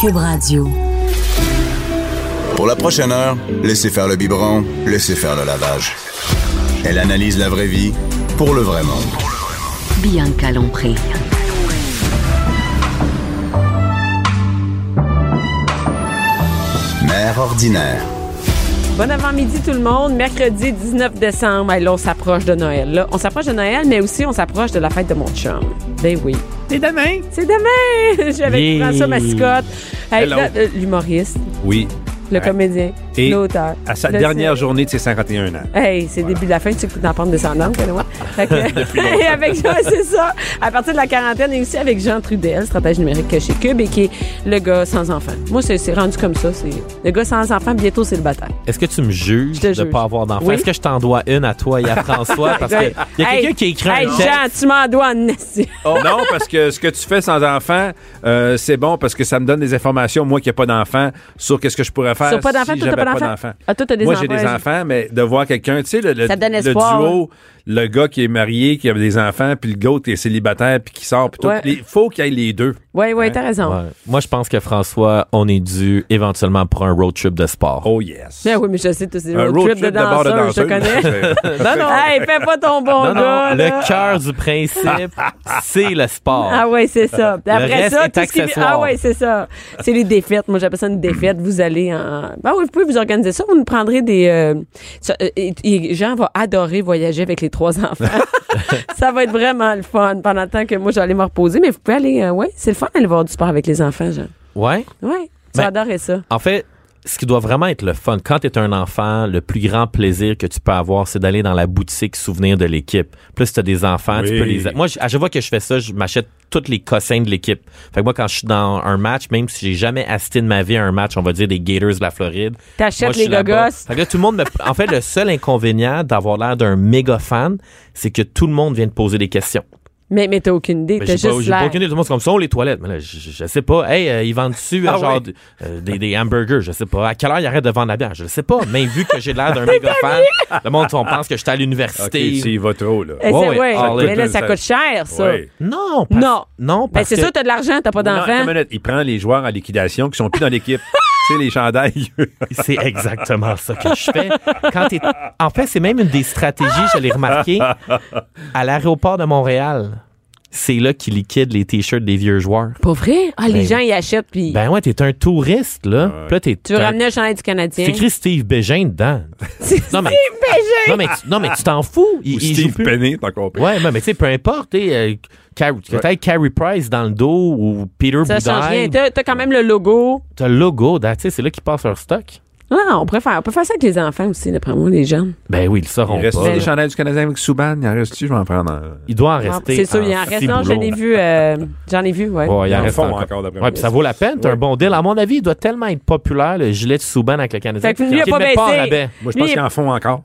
Cube Radio. Pour la prochaine heure, laissez faire le biberon, laissez faire le lavage. Elle analyse la vraie vie pour le vrai monde. Bianca Lompré. Mère ordinaire. Bon avant-midi tout le monde, mercredi 19 décembre. Hey, là, on s'approche de Noël. Là. On s'approche de Noël, mais aussi on s'approche de la fête de mon chum. Ben oui. C'est demain. C'est demain! Je suis avec Yeah. François Mascotte, Hey, Hello. là, euh, l'humoriste, Oui, le Ouais. comédien, Et l'auteur. à sa le- dernière journée de ses 51 ans. Hey, c'est début de la fin, tu écoutes en pente descendante, Benoît. Fait que- et avec Jean, c'est ça. À partir de la quarantaine, et aussi avec Jean Trudel, stratège numérique chez Cube, et qui est le gars sans enfant. Moi, c'est c'est rendu comme ça. C'est le gars sans enfant, bientôt célibataire. Est-ce que tu me juges Je te de juge. pas avoir d'enfant? Oui. Est-ce que je t'en dois une à toi et à François? Parce qu'il y a Hey, quelqu'un qui écrit Hey, un Jean, texte. tu m'en dois en esti. Non, parce que ce que tu fais sans enfant, euh, c'est bon parce que ça me donne des informations, moi qui n'ai pas d'enfant, sur qu'est-ce que je pourrais faire Sur pas d'enfant, si toi, t'as j'avais pas d'enfant? Ah, toi, t'as des moi, enfants, j'ai des j'ai- enfants, mais de voir quelqu'un, tu sais, le, le- Ça donne le espoir, duo, le gars qui est marié, qui a des enfants, puis le gars qui est célibataire, puis qui sort, puis tout. Ouais. Il faut qu'il y ait les deux. Oui, oui, t'as raison. Ouais. Moi, je pense que François, on est dû éventuellement pour un road trip de sport. Oh yes. Ben oui, mais je sais, t'as ces Un road, trip, de bord danseur, je te danseuse. connais. non, non, hey, fais pas ton bon non, non, gars. là. le cœur du principe, c'est le sport. Ah ouais, c'est ça. Puis Après reste ça, est tout ce qui accessoire. Ah ouais, c'est ça. C'est les défaites. Moi, j'appelle ça une défaite. Vous allez en Ben oui, vous pouvez vous organiser ça, vous nous prendrez des euh, ça- euh, et- et Jean va adorer voyager avec les trois enfants. ça va être vraiment le fun pendant le temps que moi j'allais me reposer, mais vous pouvez aller euh, ouais, c'est le fun d'aller voir du sport avec les enfants, Jean. Ouais. Ouais. Tu Ben, vas adorer ça. En fait, ce qui doit vraiment être le fun, quand tu es un enfant, le plus grand plaisir que tu peux avoir, c'est d'aller dans la boutique souvenir de l'équipe. Plus si tu as des enfants, tu Oui. peux les... Moi, je- à chaque fois que je fais ça, je m'achète toutes les cossins de l'équipe. Fait que moi, quand je suis dans un match, même si j'ai jamais assisté de ma vie à un match, on va dire des Gators de la Floride. T'achètes moi, je suis les là-bas. gogos. Fait que là, tout le monde me- En fait, le seul inconvénient d'avoir l'air d'un méga fan, c'est que tout le monde vient te poser des questions. Mais mais t'as aucune idée, Ben, t'as j'ai pas, juste j'ai pas l'air. aucune idée. Tout le monde, c'est comme ça, les toilettes. Mais là, je, je- je sais pas. Hey, euh, ils vendent dessus Ah genre oui. d- euh, des, des hamburgers, je sais pas. À quelle heure ils arrêtent de vendre la bière, je le sais pas. Mais vu que j'ai l'air d'un méga fan, le monde, on pense que j'étais à l'université. OK, tu y vas trop, là. Eh, c'est- Ouais, ouais, ouais, ça coûte mais là une- ça coûte cher ça. Ouais. Non, parce- Non. non, Ben parce c'est que- ça, t'as de l'argent, t'as pas Non, attends d'enfants. une minute. Il prend les joueurs en liquidation qui sont plus dans l'équipe. tu sais, les chandails. C'est exactement ça que je fais. Quand t'es- en fait, c'est même une des stratégies, je l'ai remarqué, à l'aéroport de Montréal. C'est là qu'ils liquident les t-shirts des vieux joueurs. Pas vrai? Ah, les Ben- gens y achètent puis Ben ouais, t'es un touriste, là. Puis là, t'es- tu veux t'es un- ramener le chandail du Canadien. C'est écrit Steve Bégin dedans. Non, mais- Steve Bégin! Non, mais, tu- non, mais tu t'en fous. Il, Ou il Steve joue plus. Penney, t'as compris. Ouais, mais, mais tu sais, peu importe. t'sais, Euh, Car- que t'aies Carey Price dans le dos ou Peter Ça change rien. T'as, Boudaille, t'as quand même le logo. t'as le logo. là, tu sais, C'est là qu'ils passent leur stock. Non, on préfère. On peut faire ça avec les enfants aussi, d'après moi, les jeunes. Ben oui, ils le sauront Il reste pas. des chandails du Canadien avec Souban. Il en reste-tu? Je vais en prendre un. Il doit en Ah, rester. C'est sûr, il en six reste. Non, boulots. j'en ai vu. euh, j'en ai vu, ouais. Ouais, il en Ils en reste font encore. encore, d'après moi. ouais, puis ça vaut la peine. T'as un bon deal. À mon avis, il doit tellement être populaire, le gilet de Souban avec le Canadien. Fait que lui, il a qu'il pas le mette en baissé. rabais. Moi, je pense Lui, qu'ils en font encore.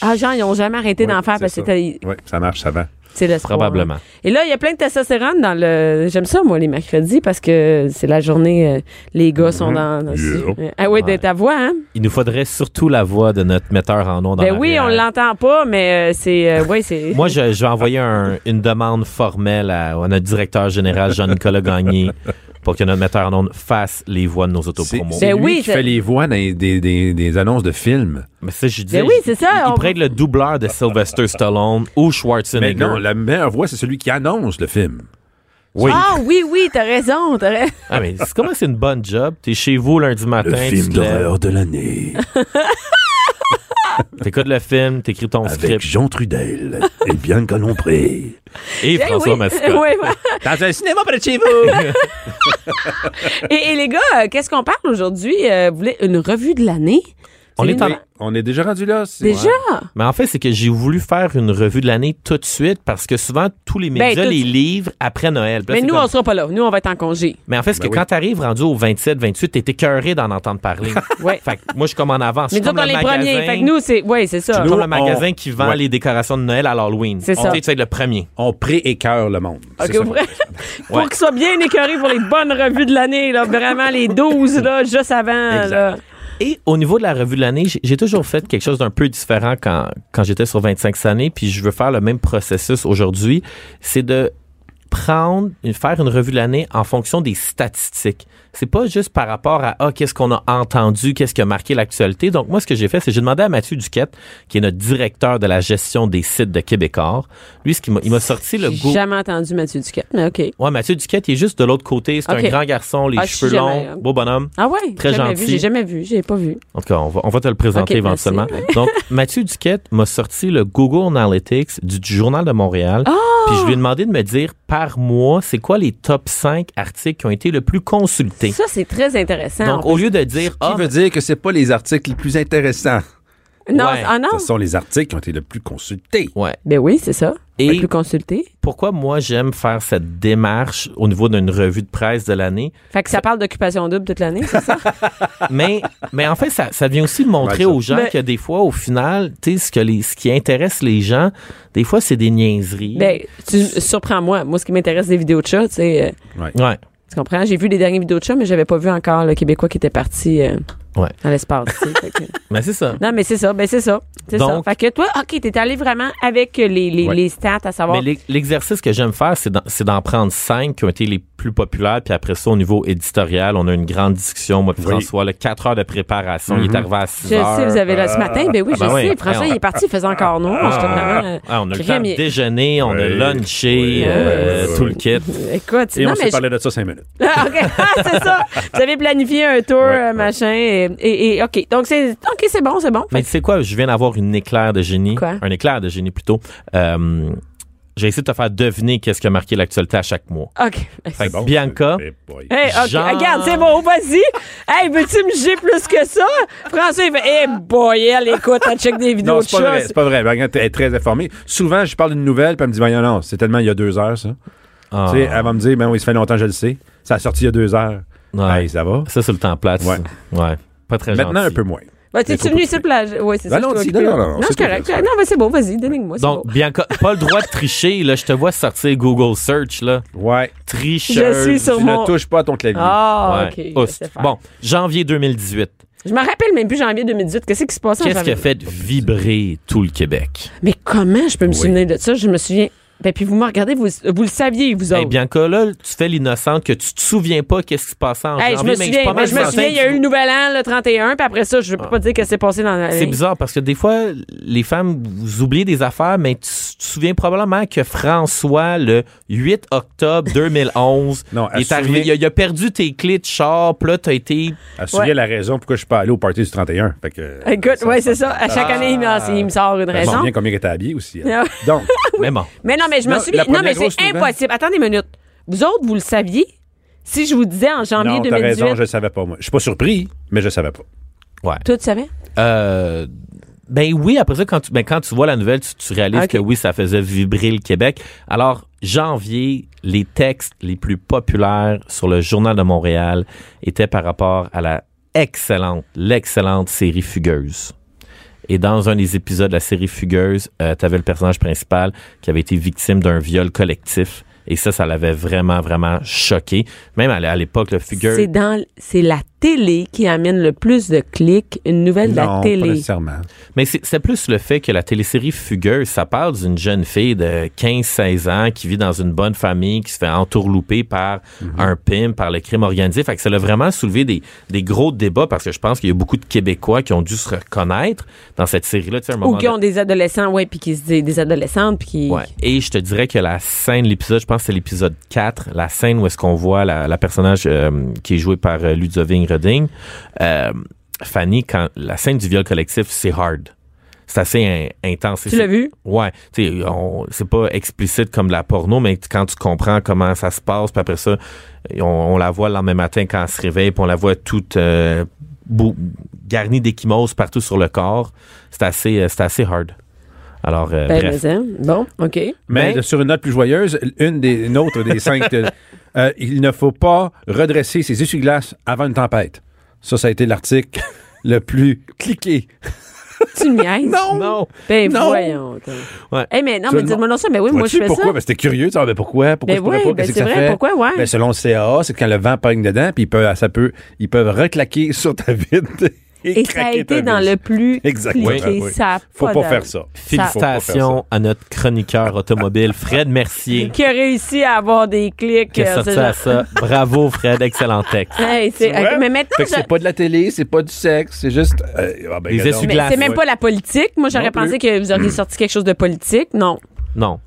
Ah, genre, ils n'ont jamais arrêté d'en faire parce que c'était- Oui, ça marche, ça va. c'est l'espoir. Probablement. Et là, il y a plein de testostérone dans le. J'aime ça, moi, les mercredis, parce que c'est la journée. euh, les gars sont dans. dans- Yeah. Ah oui, de Mhm. Ouais. ta voix, hein? Il nous faudrait surtout la voix de notre metteur en nom dans Ben la oui, bière. on l'entend pas, mais euh, c'est. euh, ouais, c'est. Moi, je, je vais envoyer un- une demande formelle à, à notre directeur général, Jean-Nicolas Gagné, pour que notre metteur en ondes fasse les voix de nos C'est autopromos. c'est Ben lui oui, qui c'est- fait les voix dans les- des, des- des annonces de films. Mais ça, je disais, Ben oui, je- c'est ça, Il, il on- pourrait être le doubleur de Sylvester Stallone ou Mais Schwarzenegger. non, la meilleure voix, c'est celui qui annonce le film. Oui. Ah oui, oui, t'as raison. T'as raison. Ah, mais c'est- comment c'est une bonne job? T'es chez vous lundi matin, Le tu film te lèves, d'horreur de l'année t'écoutes le film, t'écris ton avec script Jean Trudel et Bianca Lompré. et Eh François oui. Mascotte. Ouais, ouais. Dans un cinéma près de chez vous. Et, et les gars, euh, qu'est-ce qu'on parle aujourd'hui? Euh, vous voulez une revue de l'année? On C'est est en- une- On est déjà rendu là. c'est- Déjà? Mais en fait, c'est que j'ai voulu faire une revue de l'année tout de suite parce que souvent, tous les médias Ben, tout- les livrent après Noël. Puis là, Mais c'est nous, comme- on sera pas là. Nous, on va être en congé. Mais en fait, c'est Ben que oui. quand t'arrives rendu au 27, 28, t'es écœuré d'en entendre parler. Ouais. Fait que moi, je suis comme en avance. Mais Je suis nous autres, comme on est le les magasin- premiers. Fait que nous, c'est. Oui, c'est ça. je suis comme le on- magasin qui vend Ouais. les décorations de Noël à l'Halloween. C'est On- ça. Tu sais, être le premier. On pré-écœure le monde. Ok, C'est ça. pour pour qu'ils soient bien écœurés pour les bonnes revues de l'année, là. Vraiment, les 12, là, juste avant, Exact. là. Et au niveau de la revue de l'année, j'ai- j'ai toujours fait quelque chose d'un peu différent quand, quand j'étais sur 25 années, puis je veux faire le même processus aujourd'hui. C'est de prendre, faire une revue de l'année en fonction des statistiques. C'est pas juste par rapport à ah, qu'est-ce qu'on a entendu, qu'est-ce qui a marqué l'actualité. Donc moi, ce que j'ai fait, c'est que j'ai demandé à Mathieu Duquette, qui est notre directeur de la gestion des sites de Québécois. Lui, ce qu'il m'a- il m'a sorti le J'ai goût. jamais entendu Mathieu Duquette, mais OK. Ouais, Mathieu Duquette, il est juste de l'autre côté. C'est Ok. un grand garçon, les Ah, je suis cheveux longs, jamais- beau bonhomme. Ah ouais? Très jamais gentil. vu, J'ai jamais vu. J'ai pas vu. En tout cas, on va, on va te le présenter Ok, merci. éventuellement. Donc, Mathieu Duquette m'a sorti le Google Analytics du, du Journal de Montréal. Ah! Puis je lui ai demandé de me dire par mois, c'est quoi les top 5 articles qui ont été le plus consultés. Ça, c'est très intéressant. Donc, au lieu de dire, Qui ah, veut dire que c'est pas les articles les plus intéressants. non, ouais. ah non? Ce sont les articles qui ont été le plus consultés. ouais. Ben oui, c'est ça. Et- Et plus consulté. Pourquoi moi j'aime faire cette démarche au niveau d'une revue de presse de l'année? Fait que ça parle d'occupation double toute l'année, c'est ça? mais, mais en fait, ça, ça vient aussi de montrer Ouais, ça. aux gens Mais- que des fois, au final, tu sais, ce, que les- ce qui intéresse les gens, des fois, c'est des niaiseries. ben, tu surprends-moi. Moi, ce qui m'intéresse des vidéos de chats, c'est. euh, ouais. Tu comprends? J'ai vu les dernières vidéos de chats, mais j'avais pas vu encore le Québécois qui était parti euh, Ouais. dans l'espace. tu sais. Fait que- Mais c'est ça. Non, mais c'est ça, ben c'est ça. C'est ça. Donc- Fait que toi, OK, t'es allé vraiment avec les, les, Ouais. les stats, à savoir. Mais l'ex- l'exercice que j'aime faire, c'est d'en- c'est d'en prendre cinq qui ont été les plus populaires. Puis après ça, au niveau éditorial, on a une grande discussion. Moi, puis Oui. François, là, quatre heures de préparation. Il est arrivé à six Mm-hmm. Je heures. sais, vous avez là ce matin. Ben oui, Ah, je ben oui. sais. François, Ben, on- il est parti, il faisait encore noir. J'étais vraiment, euh, Ah, on a eu le temps crème, de il- déjeuner, on a Oui. lunché, Oui, euh, oui, oui, tout oui. le kit. Écoute, Et non, on mais s'est je- parlé de ça cinq minutes. Ah, OK. Ah, c'est ça. Vous avez planifié un tour, Ouais. euh, machin. Et, et- et- OK. Donc, c'est OK, c'est bon, c'est bon. Mais Fait tu sais quoi, je viens d'avoir une éclair de génie. Quoi? Un éclair de génie plutôt. Euh, J'ai essayé de te faire deviner qu'est-ce qui a marqué l'actualité à chaque mois. que- OK. Fait que Bianca, Eh boy. Hey, OK. Jean- Regarde, c'est bon, vas-y. Hey, veux-tu me girer plus que ça? François, il fait, hey, boy, elle écoute, elle check des vidéos Non, de c'est pas chats. vrai. C'est pas vrai. Bianca elle est très informée. Souvent, je parle d'une nouvelle, puis elle me dit, ben non, non, c'est tellement il y a deux heures, ça. ah, Tu sais, elle va me dire, ben oui, ça fait longtemps, je le sais. Ça a sorti il y a deux heures. Ouais. Hey, ça va. ça, c'est le temps plat. ça. Ah, Ouais. Ouais. Pas très Maintenant, gentil. un peu moins. Bah, t'es Faut venu pas sur plage. Oui, c'est Ben ça. non, je suis dis- non, occupée. non, non, Non, c'est c'est correct, correct. c'est correct. Non, mais c'est bon, vas-y, donnez-moi. c'est Donc, beau. Bianca, pas le droit de tricher, là. Je te vois sortir Google Search, là. Ouais. Tricheuse. Je suis sur- Tu mon- ne touches pas à ton clavier. Ah, Ouais. OK. je Oust. sais faire. Bon, janvier 2018. Je me rappelle même plus janvier 2018. Qu'est-ce qui se passait en Qu'est-ce qui janvier? a fait vibrer tout le Québec? Mais comment je peux me souvenir de ça? Je me souviens. Ben, puis vous me regardez, vous, vous le saviez, vous Eh autres. Bianca, là, tu fais l'innocente que tu te souviens pas qu'est-ce qui se passait en Hey, je janvier. me mais souviens, pas mais mal je me certain souviens, il y a que- eu le nouvel an, le 31, puis après ça, je peux pas dire qu'est-ce qui s'est passé dans la... C'est bizarre parce que des fois, les femmes, vous oubliez des affaires, mais tu tu te souviens probablement que François, le 8 octobre 2011, Non, elle est se arrivé. souvient- Il a, il a perdu tes clés de char, puis là, t'as été Elle se souvient Ouais. la raison pourquoi je suis pas allé au party du 31. Fait que, Écoute, ouais, c'est ça. À chaque année, il me, il me sort une Elle se raison. souvient combien elle était habillée aussi. elle. Ah ouais. Donc, Mais bon. Mais non, mais je me Non, souviens. la Non, mais première grosse c'est nouvelle. impossible. Attendez une minute. Vous autres, vous le saviez? Si je vous disais en janvier non, t'as 2018... raison, je le savais pas, moi. Je suis pas surpris, mais je le savais pas. Ouais. Toi, tu savais? Euh, ben oui, après ça, quand tu, ben quand tu vois la nouvelle, tu, tu réalises Ok. que oui, ça faisait vibrer le Québec. Alors, janvier, les textes les plus populaires sur le Journal de Montréal étaient par rapport à la excellente, l'excellente série Fugueuse. Et dans un des épisodes de la série Fugueuse, tu avais le personnage principal qui avait été victime d'un viol collectif. Et ça, ça l'avait vraiment, vraiment choqué. Même à l- à l'époque, le Fugueuse... C'est dans c'est la télé qui amène le plus de clics, une nouvelle de non, la pas télé. nécessairement. Mais c'est c'est plus le fait que la télésérie Fugueuse, ça parle d'une jeune fille de 15-16 ans qui vit dans une bonne famille, qui se fait entourlouper par un pimp, par le crime organisé. Fait que ça l'a vraiment soulevé des, des gros débats parce que je pense qu'il y a beaucoup de Québécois qui ont dû se reconnaître dans cette série-là. Tu sais, à un Ou moment qui donné- ont des adolescents, ouais, puis qui se disent des adolescentes, puis qui. Ouais. Et je te dirais que la scène, l'épisode, je pense que c'est l'épisode 4, la scène où est-ce qu'on voit la, la personnage euh, qui est jouée par euh, Ludovic Reding, euh, Fanny, quand la scène du viol collectif, c'est hard. C'est assez in- intense. Tu l'as vu? Ouais, tu sais, on- c'est pas explicite comme la porno, mais quand tu comprends comment ça se passe, puis après ça, on, on la voit le lendemain matin quand elle se réveille, puis on la voit toute euh, bou- garni d'échymoses partout sur le corps. C'est assez, euh, c'est assez hard. Alors, euh, Ben, bref. mais, hein. Bon, OK. Mais Ben- sur une note plus joyeuse, une des une autre des cinq. de- euh, il ne faut pas redresser ses essuie-glaces avant une tempête. Ça, ça a été l'article le plus cliqué. Tu me niaises? Non! Ben, Non. voyons. toi. Ouais. Eh, mais non, Tout mais le dites-moi non ça. Mais oui, moi, je Vois-tu fais pourquoi? ça. Ben, c'était curieux. tu sais, Ah, ben pourquoi? Pourquoi Ben je pourrais oui, pas? ben Qu'est-ce c'est que ça vrai, fait? pourquoi? Ouais. Ben, selon le CAA, c'est quand le vent pogne dedans, puis ils peuvent, ça peut, ils peuvent reclaquer sur ta vide. Et ça a craquer ta été dans vis. le plus Exactement. cliqué. Oui. Ça a Faut pas d'allure. faire ça. Faut pas faire ça. Félicitations à notre chroniqueur automobile, Fred Mercier, Qui a réussi à avoir des clics. qui a euh, sorti ce genre- à ça. Bravo, Fred, excellent texte. Hey, c'est- Ouais. ok, mais maintenant, Fait que je- c'est pas de la télé, c'est pas du sexe, c'est juste. euh, ah ben, Les regarde, essuie-glaces. mais glace, c'est même ouais. pas la politique. Moi, j'aurais Non plus. Hmm. pensé que vous auriez sorti quelque chose de politique. Non. Non.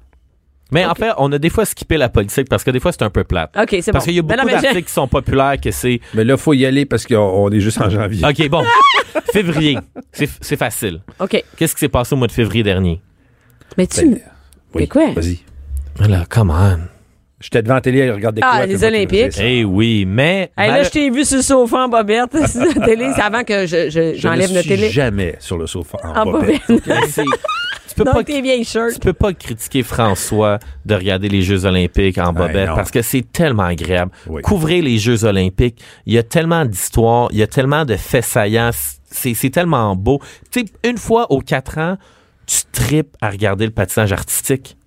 Mais en fait, on a des fois skippé la politique parce que des fois, c'est un peu plate. OK, c'est bon. Parce qu'il y a Ben beaucoup non, mais je- d'articles qui sont populaires que c'est Mais là, faut y aller parce qu'on on est juste en janvier. OK, bon. février. C'est c'est facile. OK. Qu'est-ce qui s'est passé au mois de février dernier? Mais tu. Ben, mais quoi? Vas-y. Là, come on. J'étais devant la télé à regarder Ah, quoi, les c'est moi qui Olympiques. faisais ça. Eh oui, mais. Hey, ben, là, mal- je t'ai vu sur le sofa en bobette. sur la télé, c'est avant que je- je- Je j'enlève ne notre suis télé. jamais sur le sofa en, En bobette. bobette. Mais c'est- tu peux pas Donc, tes vieilles shirts. tu peux pas critiquer François de regarder les Jeux olympiques en bobette non. parce que c'est tellement agréable. Oui. Couvrez les Jeux olympiques, il y a tellement d'histoires, il y a tellement de faits saillants, c'est c'est tellement beau. Tu sais, une fois aux quatre ans, tu tripes à regarder le patinage artistique.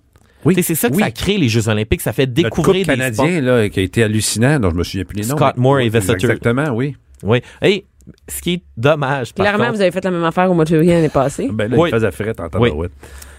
Oui. Tu sais, C'est ça que Oui. ça crée les Jeux olympiques, ça fait Notre couple découvrir des sports. canadien là, qui a été hallucinant, dont je me souviens plus les noms. Scott mais- Moore et Vestager. Exactement, oui. Oui. Hey, ce qui est dommage, par Clairement, contre, vous avez fait la même affaire au mois de février l'année passée. Ben là, Oui. il faisait frette en Oui. tabarouette.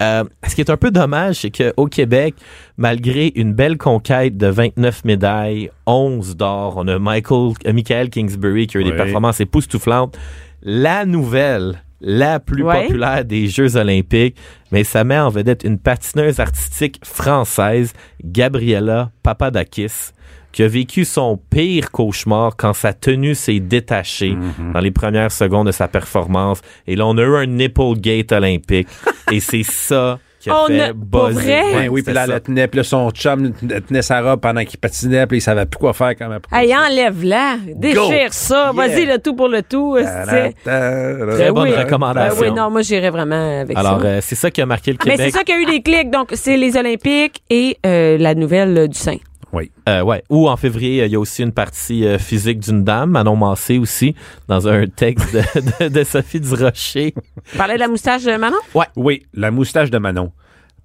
Euh, ce qui est un peu dommage, c'est qu'au Québec, malgré une belle conquête de 29 médailles, 11 d'or, on a Michael, euh, Michael Kingsbury qui a eu des Oui. performances époustouflantes. Ah, La nouvelle, la plus Ouais. populaire des Jeux olympiques, mais ça met en vedette une patineuse artistique française, Gabriela Papadakis, qui a vécu son pire cauchemar quand sa tenue s'est détachée Mhm. dans les premières secondes de sa performance. Et là, on a eu un nipple gate olympique. et c'est ça qui a On fait a- pour buzzer. vrai? Ben Ouais, oui, puis là, c'est elle ça. la tenait, puis là, son chum la tenait sa robe pendant qu'il patinait, puis il savait plus quoi faire quand même. Hey, hein, enlève-la. Déchire ça. Vas-y, le tout pour le tout. Ta-da, c'est- ta-da. Très Ben bonne oui. recommandation. Ben oui, non, moi, j'irais vraiment avec Alors, ça. euh, c'est ça qui a marqué le Mais Québec. c'est ça qui a eu des clics. Donc, c'est les Olympiques et euh, la nouvelle euh, du sein. Oui. Euh, ouais. Ou en février, euh, il y a aussi une partie euh, physique d'une dame, Manon Massé aussi, dans un texte de, de, de Sophie Durocher. Tu parlais de la moustache euh, de Manon? Oui, la moustache de Manon.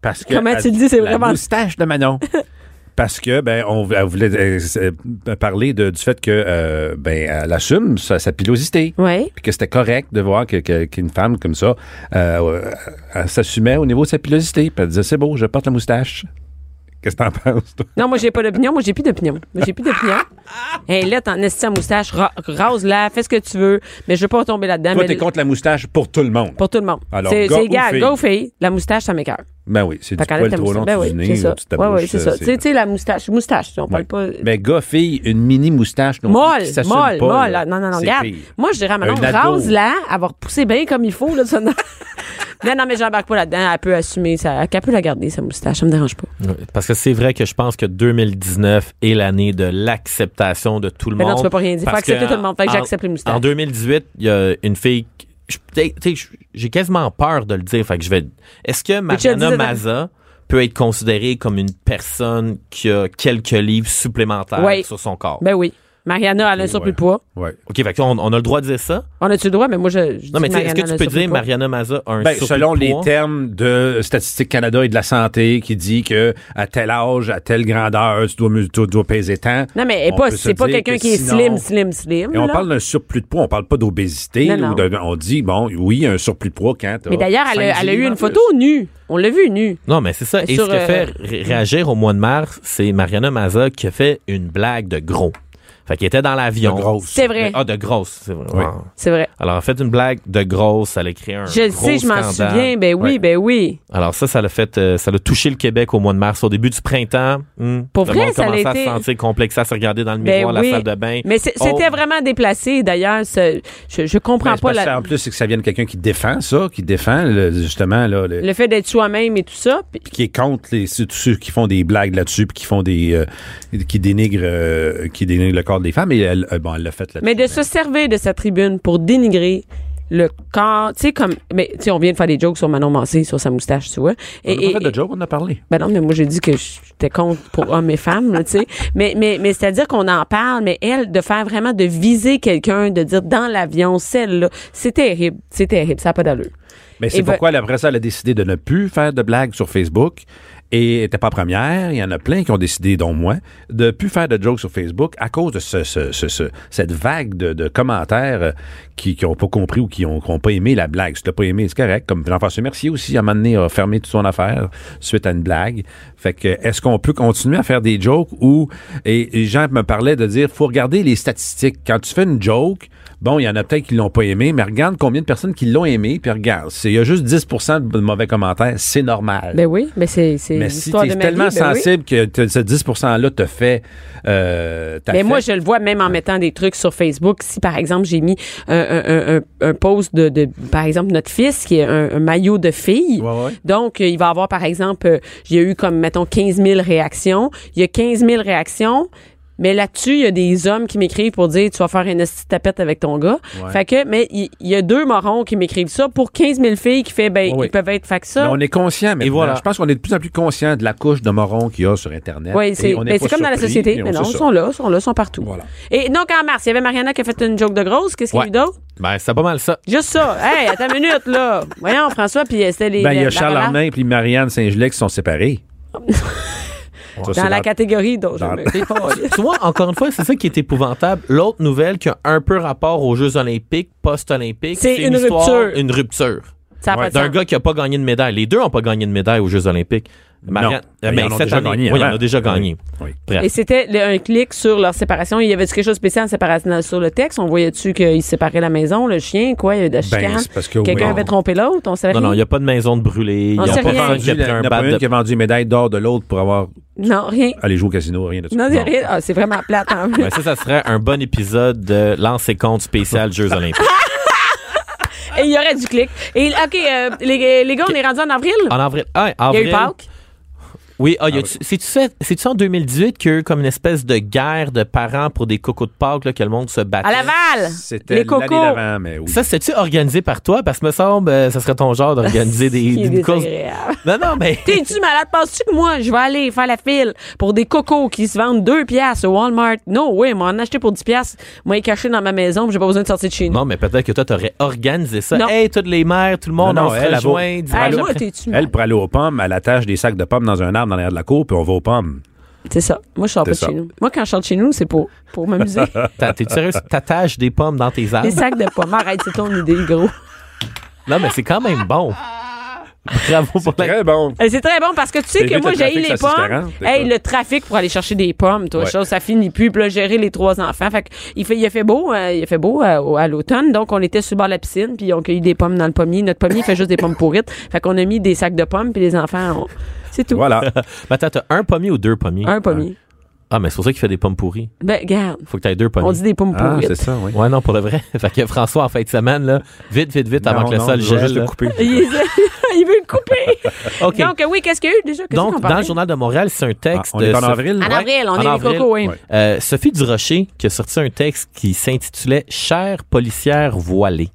Parce que Comment tu le dis, c'est la vraiment- moustache de Manon. Parce que ben on elle voulait euh, euh, parler de- du fait que euh, ben elle assume sa, sa pilosité, Oui. puis que c'était correct de voir que- que- qu'une femme comme ça euh, euh, elle s'assumait au niveau de sa pilosité, puis elle disait c'est beau, je porte la moustache. Qu'est-ce que t'en penses toi? Non, moi, j'ai pas d'opinion. Moi, j'ai plus d'opinion. Moi, j'ai plus d'opinion. Hé, là, t'en as ta moustache. ra- Rase-la. Fais ce que tu veux. Mais je veux pas tomber là-dedans. Toi mais t'es contre la moustache pour tout le monde. Pour tout le monde. Alors, C'est gars c'est ou égal. fille? Go, fille. La moustache, ça m'écoeure. Ben oui, c'est du Fait qu'enlève poil ta trop long moustache. Ben du oui, nez, c'est là, ça. tu Ouais, t'abouches, ouais, c'est ça. euh, Tu sais, tu sais, la moustache. Moustache, on parle Ouais. pas. Mais gars, fille, une mini moustache, non, Molle, qui s'assume molle, pas, molle. là, Non, non, non, c'est regarde. pire. Moi, je dirais à Manon, Un ado. rase-la, avoir poussé bien comme il faut. Là, ça- non, non, mais j'embarque pas là-dedans. Elle peut assumer, ça, elle peut la garder, sa moustache. Ça me dérange pas. Parce que c'est vrai que je pense que 2019 est l'année de l'acceptation de tout le Mais monde. non, tu peux pas rien dire. Faut Parce accepter que tout le monde. Fait que en- j'accepte les moustaches. En 2018, il y a une fille. qui- je- tu sais, je- J'ai quasiment peur de le dire. Fait que je vais. Est-ce que tu le Mariana dis- Maza peut être considérée comme une personne qui a quelques livres supplémentaires Oui. sur son corps? Ben oui. Mariana, elle a un surplus de poids. Ouais. OK, fait que on, on a le droit de dire ça? On a-tu le droit? Mais moi, je. je Non, dis mais tu sais, est-ce que Mariana a tu un peux surplus de dire poids. Mariana Maza a un Ben, surplus selon de les poids? termes de Statistique Canada et de la santé qui dit que à tel âge, à telle grandeur, tu dois, mu- tu dois peser tant. Non, mais elle est On pas, peut se c'est pas dire quelqu'un que qui est slim, sinon- slim, slim. Et on là. parle d'un surplus de poids, on parle pas d'obésité. Non, ou de- On dit, bon, oui, il y a un surplus de poids quand t'as mais d'ailleurs, elle, a- cinq elle a eu livres en une plus. photo nue. On l'a vue nue. Non, mais c'est ça. Et Sur, ce qui a euh, fait ré- réagir au mois de mars, c'est Mariana Maza qui a fait une blague de gros. Fait qu'il était dans l'avion. De grosse. C'est vrai. Ah, de grosse. C'est vrai. Oui. Wow. C'est vrai. Alors, en fait, une blague de grosse, ça a créé un Je le gros sais, je m'en scandale. souviens. Ben oui, Ouais. ben oui. Alors ça, ça l'a fait, euh, ça l'a touché le Québec au mois de mars, au début du printemps. hmm, Pour le vrai, monde ça l'a commençait à été- se sentir complexe, à se regarder dans le Ben miroir, oui. la salle de bain. Mais c'est- Oh. c'était vraiment déplacé, d'ailleurs. ce- Je, je Ben, comprends c'est pas parce que la- ça, En plus, c'est que ça vient de quelqu'un qui défend ça, qui défend le- justement, là, le- le fait d'être soi-même et tout ça. Puis- puis qui est contre les, tous ceux qui font des blagues là-dessus, puis qui font des, euh, qui dénigrent, euh, qui dénigrent le corps parle des femmes et elle, euh, bon, elle l'a fait là Mais de se servir de sa tribune pour dénigrer le corps, tu sais, comme, mais tu sais, on vient de faire des jokes sur Manon Massé, sur sa moustache, tu vois. On n'a pas fait de job, on en a parlé. Ben non, mais moi j'ai dit que j'étais contre pour hommes et femmes, là, tu sais. Mais, mais, mais c'est-à-dire qu'on en parle, mais elle, de faire vraiment, de viser quelqu'un, de dire dans l'avion, celle-là, c'est terrible, c'est terrible, ça n'a pas d'allure. Mais Et c'est ben- pourquoi, elle, après ça, elle a décidé de ne plus faire de blagues sur Facebook. Et elle était pas première. Il y en a plein qui ont décidé, dont moi, de plus faire de jokes sur Facebook à cause de ce, ce- ce- ce- cette vague de, de commentaires euh, qui n'ont pas compris ou qui n'ont pas aimé la blague. Si tu pas aimé, c'est correct. Comme Jean-François Mercier aussi, à un moment donné, a fermé toute son affaire suite à une blague. Fait que, est-ce qu'on peut continuer à faire des jokes ou, et, et Jean me parlait de dire, faut regarder les statistiques. Quand tu fais une joke, Bon, il y en a peut-être qui l'ont pas aimé, mais regarde combien de personnes qui l'ont aimé, puis regarde, c'est- il y a juste 10 de mauvais commentaires, c'est normal. Ben oui, mais c'est, c'est mais si l'histoire t'es de ma vie, tellement ben oui. sensible que t- ce 10 %-là te fait... euh, t'a Mais fait- moi, je le vois même en mettant des trucs sur Facebook. Si, par exemple, j'ai mis un, un, un- un post de, de, par exemple, notre fils qui est un, un maillot de fille. Ouais, ouais. Donc, euh, il va avoir, par exemple, euh, il y a eu comme, mettons, 15 000 réactions. Il y a 15 000 réactions. Mais là-dessus, il y a des hommes qui m'écrivent pour dire tu vas faire une petite tapette avec ton gars. Fait que, mais il il y, a deux morons qui m'écrivent ça pour 15 000 filles qui fait ben Ouais, ouais. ils peuvent être fait que Mais ça. on est conscient, mais voilà. je pense qu'on est de plus en plus conscient de la couche de morons qu'il y a sur Internet. Oui, c'est Et on est ben, pas c'est comme dans la surpris, société. et on Mais non, sait ils ça. sont là, ils sont là, ils sont partout. Voilà. Et donc, en mars, il y avait Mariana qui a fait une joke de grosse. Qu'est-ce qu'il y a eu Ouais. d'autre? Ben, c'est pas mal ça. Juste ça. Hey, attends une minute, là. Voyons, François, puis euh, c'était les. Ben, il y la- a Charles la- Armin et puis Marianne Saint-Gelais qui sont séparés. Ça, c'est Dans la catégorie dont je dans- me- T'es pas- tu vois, encore une fois, c'est ça qui est épouvantable. L'autre nouvelle qui a un peu rapport aux Jeux olympiques, post-olympiques, C'est une histoire- rupture. Une rupture. Ça a pas de D'un sens. gars qui a pas gagné de médaille. Les deux ont pas gagné de médaille aux Jeux olympiques. Marianne- mais ils en ont cette déjà année- gagné Oui, il en avant. a déjà gagné. Oui. Bref. Et c'était le- un clic sur leur séparation. Il y avait quelque chose de spécial en séparation sur le texte. On voyait-tu qu'ils se séparaient la maison, le chien, quoi, il y a eu de la Ben, chicane. c'est parce que Quelqu'un oui, avait on- trompé l'autre, on savait Non, non, il rien. n'y a pas de maison de brûlée. Il On n'y a sait pas rien. personne vendu qui a la- pris un il y en a bat pas une de... qui a vendu une médaille d'or de l'autre pour avoir Non, rien. aller jouer au casino, rien de ça. Non, il y a Bon. rien. Ah, c'est vraiment plate. en plus. Ouais, ça, ça serait un bon épisode de Lance et compte spécial Jeux olympiques. Et il y aurait du clic. Et, OK, euh, les, les gars, on est rendu en avril. En avril. Ah, Il y a avril eu Pâques. Oui, ah, y a-tu- c'est-tu ça- c'est-tu en 2018 qu'il y a eu comme une espèce de guerre de parents pour des cocos de Pâques, là, que le monde se battait? À Laval. C'était Les l'année cocos. d'avant, mais oui. Ça, c'est-tu organisé par toi? Parce que me semble, euh, ça serait ton genre d'organiser des, Il est des courses. désagréable. Non, non, mais. T'es-tu malade? Penses-tu que moi, je vais aller faire la file pour des cocos qui se vendent 2 piastres au Walmart? Non, oui, m'en acheter pour 10 piastres, moi, les caché dans ma maison, puis j'ai pas besoin de sortir de chez nous. Non, mais peut-être que toi, t'aurais organisé ça. Non. Hey, toutes les mères, tout le monde, Non, non, on elle, elle se va- rejoint. dimanche Hey, Ah, moi, après- t'es-tu Elle, malade? pour aller aux pommes, elle attache des sacs de pommes dans un arbre dans l'arrière de la cour, puis on va aux pommes. C'est ça. Moi, je sors pas de C'est chez ça. nous. Moi, quand je sors de chez nous, c'est pour, pour m'amuser. T'as- T'es sérieux? T'attaches des pommes dans tes arbres? Des sacs de pommes. Arrête, c'est ton idée, gros. Non, mais c'est quand même bon. Bravo pour la bon. Euh, C'est très bon parce que tu sais T'évites que moi, le j'ai trafic les sur la pommes. 640, t'es Hey, quoi? le trafic pour aller chercher des pommes, toi, Ouais. chose, ça finit plus. Puis là, gérer les trois enfants. Fait que, il, fait, il a fait beau, euh, il a fait beau euh, au- à l'automne. Donc, on était sur le bord de la piscine, puis on cueillit des pommes dans le pommier. Notre pommier fait juste des pommes pourrites. Fait qu'on a mis des sacs de pommes, puis les enfants, ont- c'est tout. Voilà. Mais attends, t'as un pommier ou deux pommiers? Un pommier. Ah, mais c'est pour ça qu'il fait des pommes pourries. Ben, garde, Faut que t'aies deux pommiers. on dit des pommes Ah, pourrites. c'est ça, oui. Ouais, non, pour le vrai. fait que François, en fin de semaine, là, vite, vite, vite, avant Non, que le non, sol je vais juste gèle. le là. couper. il, il veut le couper. OK. Donc, euh, oui, qu'est-ce qu'il y a eu déjà? Qu'est-ce qu'on Donc, dans parlait? le Journal de Montréal, c'est un texte. Ah, on est en euh, avril? En Ouais, avril, on en est avril. les cocos, hein. Ouais. Euh, Sophie Durocher qui a sorti un texte qui s'intitulait Chère policière voilée.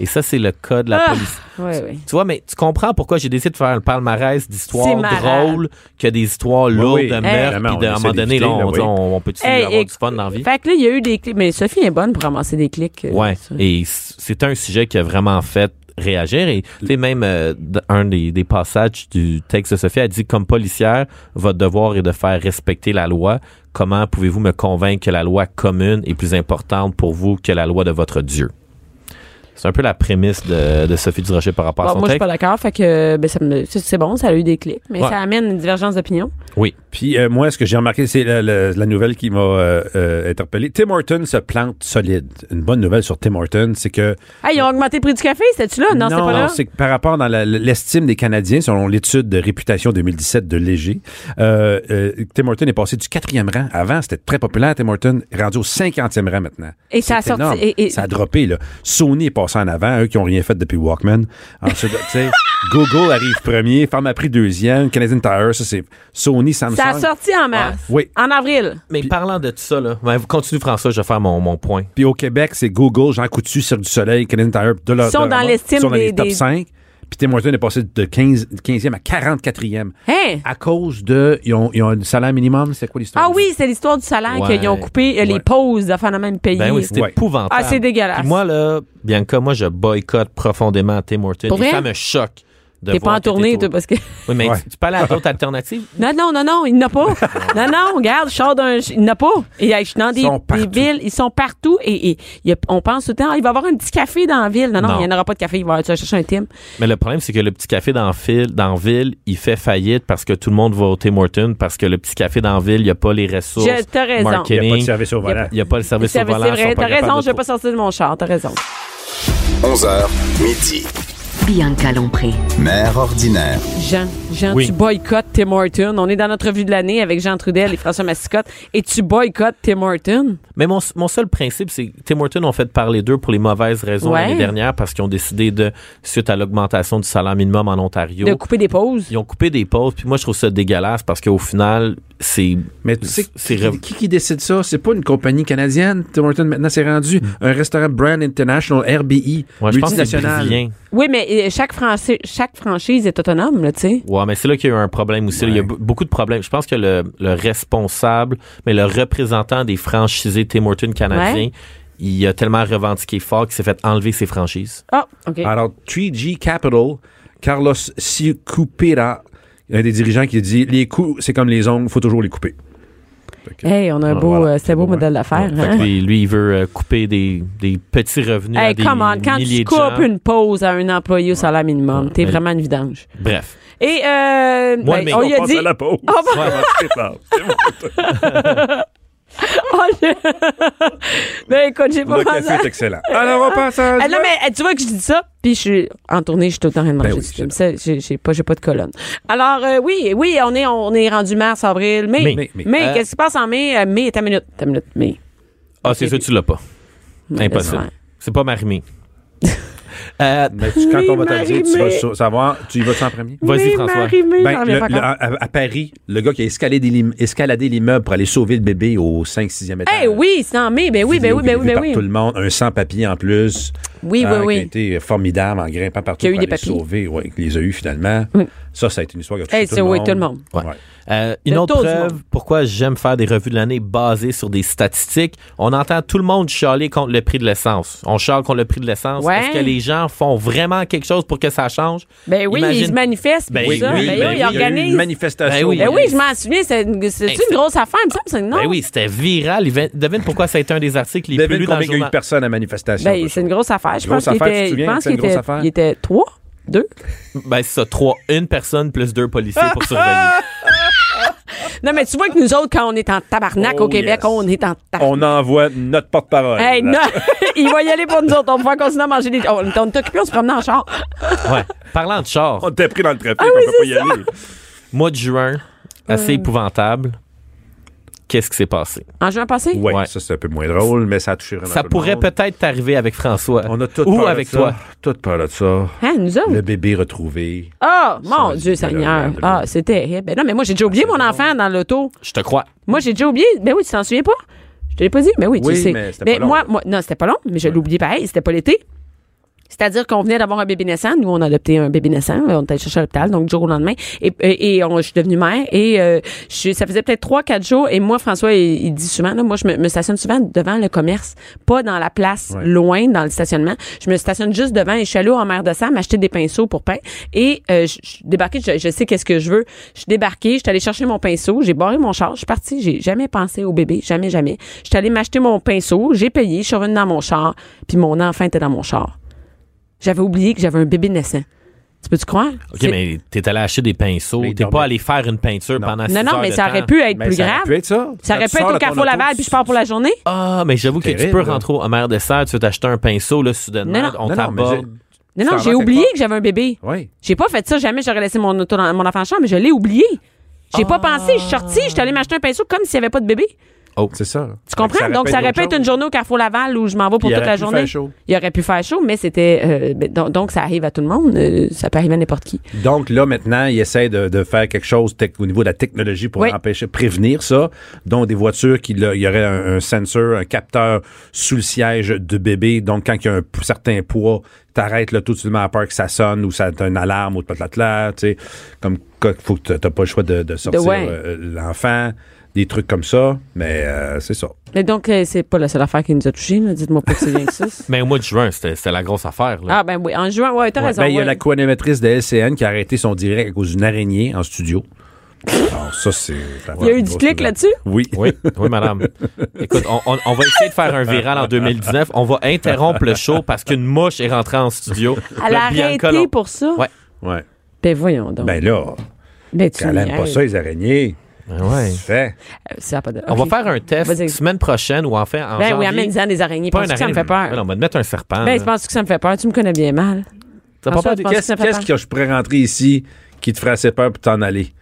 Et ça, c'est le cas de la Ah! police. Ouais, ouais. Tu vois, mais tu comprends pourquoi j'ai décidé de faire un palmarès C'est d'histoires malade. drôles que des histoires lourdes oui, Eh, de meurtre. vraiment, Puis de- on à un essaie moment donné, d'éviter, là, on, là, dit, oui. on, on peut-tu Hey, avoir et- du fun dans la vie? Fait que là, il y a eu des clics. Mais Sophie est bonne pour ramasser des clics. euh, Ouais. ça. Et c- c'est un sujet qui a vraiment fait réagir. Et tu sais, même euh, d- un des, des passages du texte de Sophie a dit Comme policière, votre devoir est de faire respecter la loi. Comment pouvez-vous me convaincre que la loi commune est plus importante pour vous que la loi de votre Dieu? C'est un peu la prémisse de, de Sophie Durocher par rapport à Bon, son Bah, moi, je suis texte. pas d'accord. Fait que euh, ben, ça me- c'est c'est bon, ça a eu des clics. Mais Ouais. ça amène une divergence d'opinion. Oui. Puis euh, moi, ce que j'ai remarqué, c'est la, la- la nouvelle qui m'a euh, euh, interpellé. Tim Horton se plante solide. Une bonne nouvelle sur Tim Horton, c'est que Hey, ils ont augmenté le prix du café, c'était-tu là? Ah, Non, c'était pas là. c'est que par rapport dans la- l'estime des Canadiens, selon l'étude de réputation 2017 de Léger, euh, euh, Tim Horton est passé du quatrième rang. Avant, c'était très populaire, Tim Horton, rendu au cinquantième rang maintenant. Et ça a C'est sorti- énorme. et- et- Ça a droppé, là. Sony est passé passés en avant, eux qui n'ont rien fait depuis Walkman. Ensuite, tu sais, Google arrive premier, Pharma Prix deuxième, Canadian Tire, ça c'est Sony, Samsung. Ça a sorti en mars. Oui. En avril. Mais parlant de tout ça, là, ben, continue François, je vais faire mon, mon point. Puis au Québec, c'est Google, Jean Coutu, Cirque du Soleil, Canadian Tire, de leur, Ils sont de leur dans monde. l'estime Ils sont dans les des- top des- 5. Puis Tim Hortons est passé de 15, 15e à 44e. Hein? À cause de. Ils ont, ils ont un salaire minimum, c'est quoi l'histoire? Ah oui, c'est l'histoire du salaire Ouais. qu'ils ont coupé euh, les Ouais. pauses d'affaires de même pays. Ben oui, c'était Ouais. épouvantable. Ah, c'est dégueulasse. Puis moi, là, Bianca, moi, je boycotte profondément Tim Hortons. Pour Et vrai? Ça me choque. de T'es pas voir en que t'es tournée, au- toi, parce que. Oui, mais Ouais. tu, tu peux aller à d'autres alternatives. Non, non, non, non, il n'y en a pas. non, non, regarde, je sors d'un. Il n'y en a pas. Et, euh, je suis dans des, sont partout. des villes, ils sont partout et, et il y a- on pense tout le temps, ah, il va y avoir un petit café dans la ville. Non, non, Non. il n'y en aura pas de café. Il va tu vas chercher un Tim. Mais le problème, c'est que le petit café dans, fil, dans ville, il fait faillite parce que tout le monde va au Tim Hortons, parce que le petit café dans ville, il n'y a pas les ressources. Je- t'as raison. Il n'y a pas de marketing, service au volant. Il n'y a pas le service C'est au volant. c'est ils vrai. sont pas T'as capables raison, de je vais pas sortir de mon char. T'as raison. 11h, midi. Bianca Lompré. Mère ordinaire. Jean, Jean, Oui. tu boycottes Tim Horton. On est dans notre revue de l'année avec Jean Trudel et François Massicotte. Et tu boycottes Tim Horton. Mais mon, mon seul principe, c'est que Tim Hortons ont fait parler d'eux pour les mauvaises raisons Ouais. l'année dernière parce qu'ils ont décidé de, suite à l'augmentation du salaire minimum en Ontario, De couper des pauses. ils ont coupé des pauses. Puis moi, je trouve ça dégueulasse parce qu'au final, c'est. Mais tu sais, C'est qui, rev- qui qui décide ça? C'est pas une compagnie canadienne. Tim Hortons, maintenant, c'est rendu un restaurant Brand International, RBI, Ouais, je pense que c'est multinational. brésilien. Oui, mais euh, chaque, Français, chaque franchise est autonome, là, tu sais. Ouais, mais c'est là qu'il y a eu un problème aussi. là. Il y a be- beaucoup de problèmes. Je pense que le, le responsable, mais le représentant des franchisés Tim Hortons canadiens, Ouais. il a tellement revendiqué fort qu'il s'est fait enlever ses franchises. Ah, OK. Alors, 3G Capital, Carlos Sicupeira, un des dirigeants qui dit les coûts, c'est comme les ongles, faut toujours les couper. Hey, on a un beau, Voilà. euh, c'est un beau Ouais. modèle d'affaires. Ah, Fait que hein? lui, lui, il veut euh, couper des, des petits revenus à Hey, des come on, quand milliers tu de coupes gens. une pause à un employé au salaire minimum, t'es Mais- vraiment une vidange. Bref. Et euh, Moi, ben, le mec, on on lui a dit... pause. Ah, bah- Ah, je- ben écoute, j'ai pas Le pensé... café est excellent. Alors, on passe à. Ah, non, mais euh, tu vois que je dis ça, puis je suis en tournée, je suis tout le temps en train de manger. Ben oui, du c'est Tim. Ça, j'ai j'ai pas, j'ai pas de colonne. Alors, euh, oui, oui, on est, on est rendu mars, avril, mai. Mai, mai, mai. Euh, qu'est-ce qui se passe en mai? Euh, mai, ta minute, ta minute, mai. Ah, c'est Ok. sûr, tu l'as pas. Impossible. laisse C'est pas marimé. euh, Mais tu- quand Oui, on va te le dire, tu vas Marie-Mé. sa- savoir, tu y vas-tu en premier? Vas-y, Mai, François. Marie, mai, Ben, j'en le- reviens pas le- à, à Paris, le gars qui a escaladé l'im- escaladé l'immeuble pour aller sauver le bébé au 5-6e Eh étage. oui, c'est en mai. Ben oui, ben Vidéo oui, qui ben est oui, vue ben par oui. Tout le monde, un sans-papier en plus. Oui, oui, hein, Qui a oui. été formidable en grimpant partout. Qui a eu pour des aller papiers. Sauver, ouais, qui les a eu finalement. Ça, ça a été une histoire qui a touché Eh, tout, c'est- le oui, monde. tout le monde. Ouais. Euh, une Le autre tour du preuve monde. pourquoi j'aime faire des revues de l'année basées sur des statistiques. On entend tout le monde chialer contre le prix de l'essence. On chiale contre le prix de l'essence. Ouais. Est-ce que les gens font vraiment quelque chose pour que ça change? Ben oui, Imagine- ils se manifestent. Ben pour oui, ça. ben, oui, ben oui, oui, ils il y a eu une organisent. manifestation. Ben oui. Ben oui, je m'en souviens. C'est Ben, c'est-tu c'est- une grosse affaire, il me semble. c'est- Non? Ben oui, c'était viral. Il vin- Devine pourquoi ça a été un des articles les Devine plus lus dans combien le il y a eu de journal. personnes à la manifestation. Ben, c'est une grosse affaire. Je Grosse pense qu'il affaire, tu te était, je souviens que pense c'est une qu'il grosse était, affaire? il était trois, deux. Ben, c'est ça, trois. Une personne plus deux policiers pour surveiller. Non, mais tu vois que nous autres, quand on est en tabarnak Oh, au Québec, yes. on est en tabarnak. On envoie notre porte-parole. Hey, Eh, non, il va y aller pour nous autres. On va pouvoir continuer à manger des. Oh, On, on est occupés, on se promenait en char. Ouais. Parlant de char, On était pris dans le Ah trafic, on peut pas y aller. mois de juin, Euh. assez épouvantable. Qu'est-ce qui s'est passé? En juin passé? Ouais, Ouais. ça c'est un peu moins drôle, mais ça a touché vraiment Ça tout le pourrait monde. peut-être t'arriver avec François. On a tout Ou peur avec de ça. toi. Tout peur de ça. Hein, nous Le autres? bébé retrouvé. Ah, mon Ça, Dieu c'est Seigneur. terrible. Ah, c'est terrible. Ben non, mais moi, j'ai déjà oublié mon enfant dans l'auto. Je te crois. Moi, j'ai déjà oublié. Ben oui, tu t'en souviens pas? Je te l'ai pas dit. Ben oui, tu Oui, le sais. mais c'était pas long. moi, moi, non, c'était pas long, mais je l'ai oublié pareil. C'était pas l'été. C'est-à-dire qu'on venait d'avoir un bébé naissant. Nous, on a adopté un bébé naissant. On était allé chercher à l'hôpital, donc du jour au lendemain. Et, et, et on- je suis devenue mère. Et euh, je suis- ça faisait peut-être trois, quatre jours. Et moi, François, il, il dit souvent, là, moi, je me, me stationne souvent devant le commerce, pas dans la place, Ouais. loin dans le stationnement. Je me stationne juste devant et je suis allée en mer de Sam acheter des pinceaux pour pain. Et euh, je je suis débarquée, je, je sais qu'est-ce que je veux. Je suis débarquée, je suis allée chercher mon pinceau, j'ai barré mon char, je suis partie, j'ai jamais pensé au bébé, jamais, jamais. Je suis allée m'acheter mon pinceau, j'ai payé, je suis revenue dans mon char, puis mon enfant était dans mon char. J'avais oublié que j'avais un bébé naissant. Tu peux-tu croire? OK, C'est- mais t'es allé acheter des pinceaux. Mais il T'es pas dormait. allé faire une peinture pendant six non, non, heures mais de ça temps. aurait pu être Mais plus ça grave. aurait pu être ça. Ça aurait Quand pu tu être sors au de ton Carrefour auto, Laval, puis je pars pour la journée. Ah, mais j'avoue que tu Terrible, peux là. rentrer au mère de serre, tu veux t'acheter un pinceau, là, soudainement, Non, non. on Non, non, mais t'aborde. Non, Ça non, va, j'ai quelque oublié part. que j'avais un bébé. Oui. J'ai pas fait ça, jamais j'aurais laissé mon, auto dans- mon enfant en chambre, mais je l'ai oublié. J'ai pas pensé, je suis sortie, je suis allée m'acheter un pinceau comme s'il n'y avait pas de bébé. Oh. C'est ça. Tu comprends? Donc, ça aurait pu être une journée au Carrefour Laval où je m'en vais pour Il toute aurait la pu journée. faire chaud. Il aurait pu faire chaud, mais c'était. euh, ben, donc, donc, ça arrive à tout le monde. euh, ça peut arriver à n'importe qui. Donc là, maintenant, ils essaient de, de faire quelque chose tec- au niveau de la technologie pour Oui. empêcher, prévenir ça, dont des voitures qui, là, il y aurait un, un sensor, un capteur sous le siège du bébé. Donc, quand il y a un p- certain poids, t'arrêtes là tout de suite à parc, ça sonne ou ça t'as une alarme ou là, tu sais, comme quoi, faut que t'a- t'as pas le choix de, de sortir ouais. euh, l'enfant, des trucs comme ça, mais euh, c'est ça. Mais donc, euh, c'est pas la seule affaire qui nous a touchés. là. Dites-moi pas que c'est bien que ça. Mais au mois de juin, c'était c'était la grosse affaire. Là. Ah, ben oui. En juin, ouais, t'as Ouais, raison. ben, il y a ouais. la co-animatrice de LCN qui a arrêté son direct à cause d'une araignée en studio. Alors, ça, c'est. Il y a eu du clic là-dessus? Oui. Oui, oui, madame. Écoute, on, on- on va essayer de faire un viral en 2019. On va interrompre le show parce qu'une mouche est rentrée en studio. Elle a Là, Bianca arrêté Lom- pour ça? Ouais. Ouais. Ben voyons donc. Ben là, Ben, tu elle aime pas niaises. ça, les araignées. Ben ouais. Fait. Euh, ça a pas de- On Ok. va faire un test Vas-y. semaine prochaine ou en fait en Ben janvier. oui, amène-en des araignées. Pas Penses-tu un que ça me araignée. fait peur? Ben, on va te mettre un serpent. Ben, là. je pense que ça me fait peur. Tu me connais bien mal. T'as pas François, peur tu de- penses que Ah, ça Qu'est-ce fait qu'est-ce peur? que je pourrais rentrer ici qui te ferait assez peur pour t'en aller?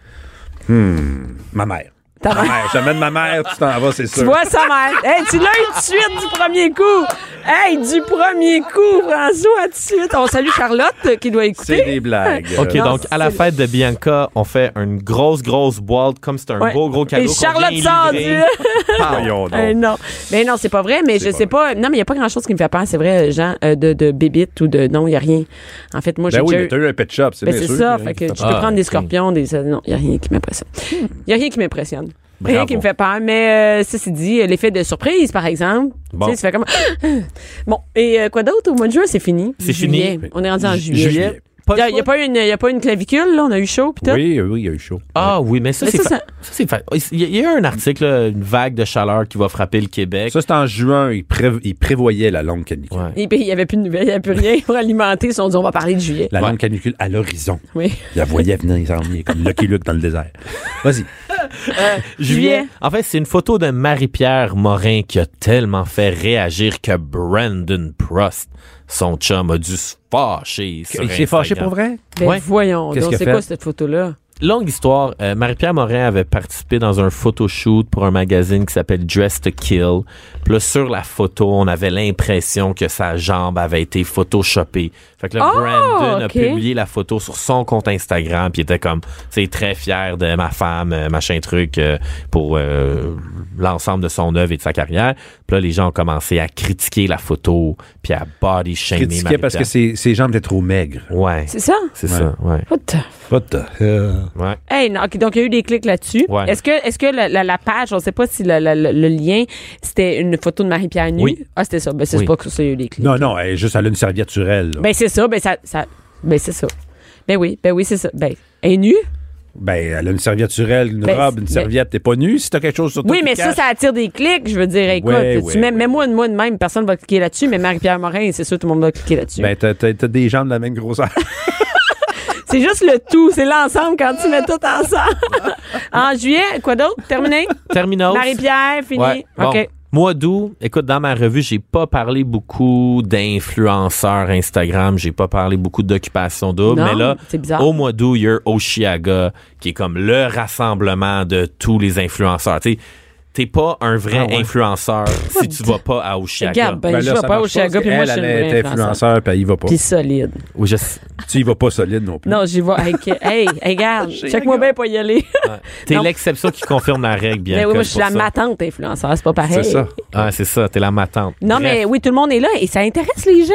Hmm. Ma mère. Ta Ma mère. Je mène ma mère, tu t'en vas, c'est Tu sûr. vois ça, mal. Hey, tu l'as eu tout de suite du premier coup. Hey, du premier coup, François, tout de suite. On salue Charlotte euh, qui doit c'est écouter. des blagues. OK, Euh, donc à la fête de Bianca, on fait une grosse, grosse boîte comme c'est un Ouais. beau, gros cadeau. Et qu'on Charlotte vient sort livrer. du- voyons Euh, donc. Ben non. Mais non, c'est pas vrai, mais je sais pas. Non, mais il y a pas grand-chose qui me fait peur, c'est vrai, Jean, euh, de, de bébite ou de... Non, il y a rien. En fait, moi, j'ai Ben oui, déjà mais eu- t'as eu un pet shop, c'est Ben, bien c'est Ah, sûr. ça, qu'il y a fait rien qui que fait tu peur. peux prendre des scorpions, des... euh, Non, il n'y a rien qui m'impressionne. Hmm. Il y a rien qui m'impressionne. Rien Bravo. qui me fait peur, mais euh, ceci dit, euh, l'effet de surprise, par exemple, Bon. tu sais, tu fais comme... bon, et euh, quoi d'autre? Au mois de juin, c'est fini. C'est Juillet. fini. On est rendu en Juillet. juillet. Pas Il le n'y a, y a choix. pas une, y a pas une clavicule, là, on a eu chaud, pis tout. Oui, oui, il y a eu chaud. Ah oui, mais ça, Mais c'est ça, fa- ça- ça, c'est fa- Il y a- il y a eu un article, là, une vague de chaleur qui va frapper le Québec. Ça, c'est en juin. Il, prév- il prévoyait la longue canicule. Ouais. Et puis, il n'y avait plus de nouvelles, il n'y avait plus rien pour alimenter. Ils se sont dit, on va parler de juillet. La longue canicule à l'horizon. Oui. Il la voyait venir, il s'en venait, comme Lucky Luke dans le désert. Vas-y. Juillet. Juillet. En fait, c'est une photo de Marie-Pierre Morin qui a tellement fait réagir que Brandon Prost, son chum, a dû se fâcher. sur Il s'est fâché Instagram. pour vrai? Ben, Ouais. voyons. Qu'est-ce Donc, qu'elle c'est fait? quoi cette photo-là? Longue histoire, euh, Marie-Pierre Morin avait participé dans un photoshoot pour un magazine qui s'appelle Dress to Kill. Puis là, sur la photo, on avait l'impression que sa jambe avait été photoshopée. Fait que là, Oh, Brandon ok. a publié la photo sur son compte Instagram, puis il était comme, c'est très fier de ma femme, euh, machin truc, euh, pour euh, l'ensemble de son œuvre et de sa carrière. Puis là, les gens ont commencé à critiquer la photo, puis à body shamer Critiquait parce que Marie-Pierre. ses, ses jambes étaient trop maigres. Ouais, C'est ça? c'est ça, ouais. What the- What the hell? ouais. Hey, non, ok, donc, il y a eu des clics là-dessus. Ouais. Est-ce que, est-ce que la, la- la page, on ne sait pas si la- la- la- le lien, c'était une photo de Marie-Pierre nue? Oui. Ah, c'était ça. Ben, c'est Oui. pas que ça, il y a eu des clics. Non, non, elle, juste elle a une serviette sur elle. là. Ben, c'est ça. Ben, ça, ça- ben, c'est ça. Ben oui, ben oui, c'est ça. Ben, elle est nue? Ben, elle a une serviette sur elle, une Ben, robe, une mais- serviette. T'es pas nu si t'as quelque chose sur toi. Oui, qui mais ça, cache. ça attire des clics. Je veux dire, écoute, Ouais, tu ouais, mets, ouais. moi une moi de même, personne va cliquer là-dessus, mais Marie-Pierre Morin, c'est sûr, tout le monde va cliquer là-dessus. Ben, t'as, t'as- t'as des jambes de la même grosseur. Ben, C'est juste le tout, c'est l'ensemble quand tu mets tout ensemble. en juillet, quoi d'autre? Terminé? Terminos. Marie-Pierre, fini? Ouais, bon. OK. Moi d'août, écoute, dans ma revue, j'ai pas parlé beaucoup d'influenceurs Instagram, j'ai pas parlé beaucoup d'occupation double, Non, mais là, c'est bizarre. au mois d'août, il y a Oshiaga, qui est comme le rassemblement de tous les influenceurs. Tu sais, t'es pas un vrai Ah ouais. influenceur si tu vas pas à Oshiaga. Regarde, ben, je vais pas au Chicago, puis moi, je suis elle, une elle vraie est influenceur, puis elle y va pas. Puis solide. Oui, je sais. Tu y vas pas solide non plus. Non, j'y vais. avec- hey, hey, regarde, check-moi bien pas y aller. T'es Non. l'exception qui confirme la règle, bien mais oui, que moi, je suis pour la ça. matante influenceur, c'est pas pareil. C'est ça. Ah, c'est ça, t'es la matante. Non, Bref. mais oui, tout le monde est là et ça intéresse les gens.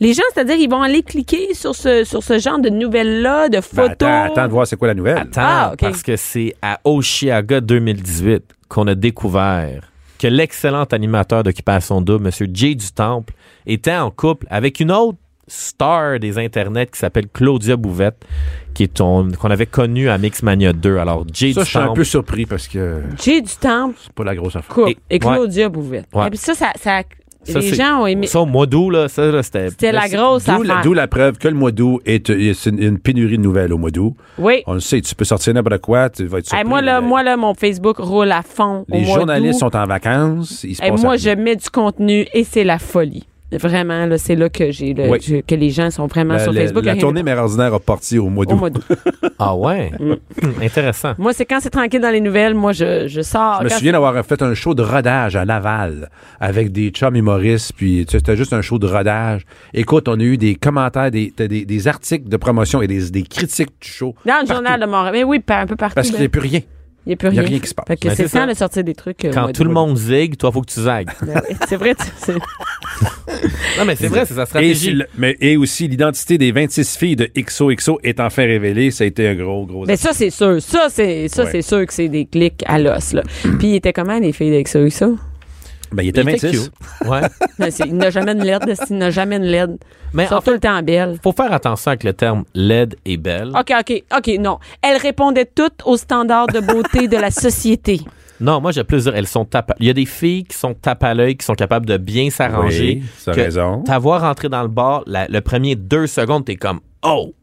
Les gens, c'est-à-dire, ils vont aller cliquer sur ce, sur ce genre de nouvelles-là, de Ben, photos. attends, attends de voir c'est quoi la nouvelle. Attends, Ah, ok. parce que c'est à Oshiaga 2018 qu'on a découvert que l'excellent animateur d'Occupation Double, M. Jay du Temple, était en couple avec une autre star des internets qui s'appelle Claudia Bouvette, qui est ton- qu'on avait connue à Mixmania 2. Alors, Jay Ça, je du suis un Temple, peu surpris parce que J'ai du temps, c'est pas la grosse affaire. couple. Et- Et, Claudia Bouvet. Ouais. Et puis ça, ça, ça- Ça, les c'est- gens ont aimé. ça, au mois d'août, là, ça, là, c'était... C'était la grosse D'où la, affaire. d'où la preuve que le mois d'août est, est une, une pénurie de nouvelles au mois d'août. Oui. On le sait, tu peux sortir n'importe quoi, tu vas être surpris. Hey, moi, là, mais moi, là, mon Facebook roule à fond. au les mois journalistes d'août. sont en vacances, ils se Hey, passent moi, à- je mets du contenu et c'est la folie. Vraiment, là, c'est là que j'ai le- Oui. je- que les gens sont vraiment La, Hein, sur la- Facebook. la Rien tournée mère ordinaire a parti au mois au d'août. mois d'août. Ah ouais? Intéressant. Moi, c'est quand c'est tranquille dans les nouvelles, moi, je, je sors. Je me Quand souviens d'avoir fait un show de rodage à Laval avec des chums humoristes, puis tu sais, c'était juste un show de rodage. Écoute, on a eu des commentaires, des, des, des articles de promotion et des, des critiques du show. Dans le journal de Montréal. Mais oui, par- un peu partout. Parce qu'il n'y là. a plus rien. il n'y a plus il y rien. a rien qui se passe. Fait que Ben, c'est c'est ça. temps de sortir des trucs. euh, au Quand mois tout le d'août. monde zigue, toi, faut que tu zagues. Ben oui, C'est vrai. tu- c'est- non, mais c'est vrai, c'est sa Et, stratégie. si le- mais, et aussi, l'identité des 26 filles de XOXO est enfin révélée. Ça a été un gros, gros... Mais ça, c'est sûr. Ça, c'est ça, Ouais. c'est sûr que c'est des clics à l'os. là. Puis, il était comment, les filles d'XOXO? Ben, il était Mais il était 26. cute. Ouais. Non, c'est- Il n'a jamais de LED. Il n'a jamais de LED. Mais Ils sont en tout le temps belles. faut faire attention avec le terme laide et belle. OK, OK, OK, non. Elles répondaient toutes aux standards de beauté de la société. Non, moi, j'ai plus dire, elles sont tape. Il y a des filles qui sont tape à l'œil, qui sont capables de bien s'arranger. Oui, t'as que raison. T'avoir rentré dans le bar, la- le premier deux secondes, t'es comme, oh,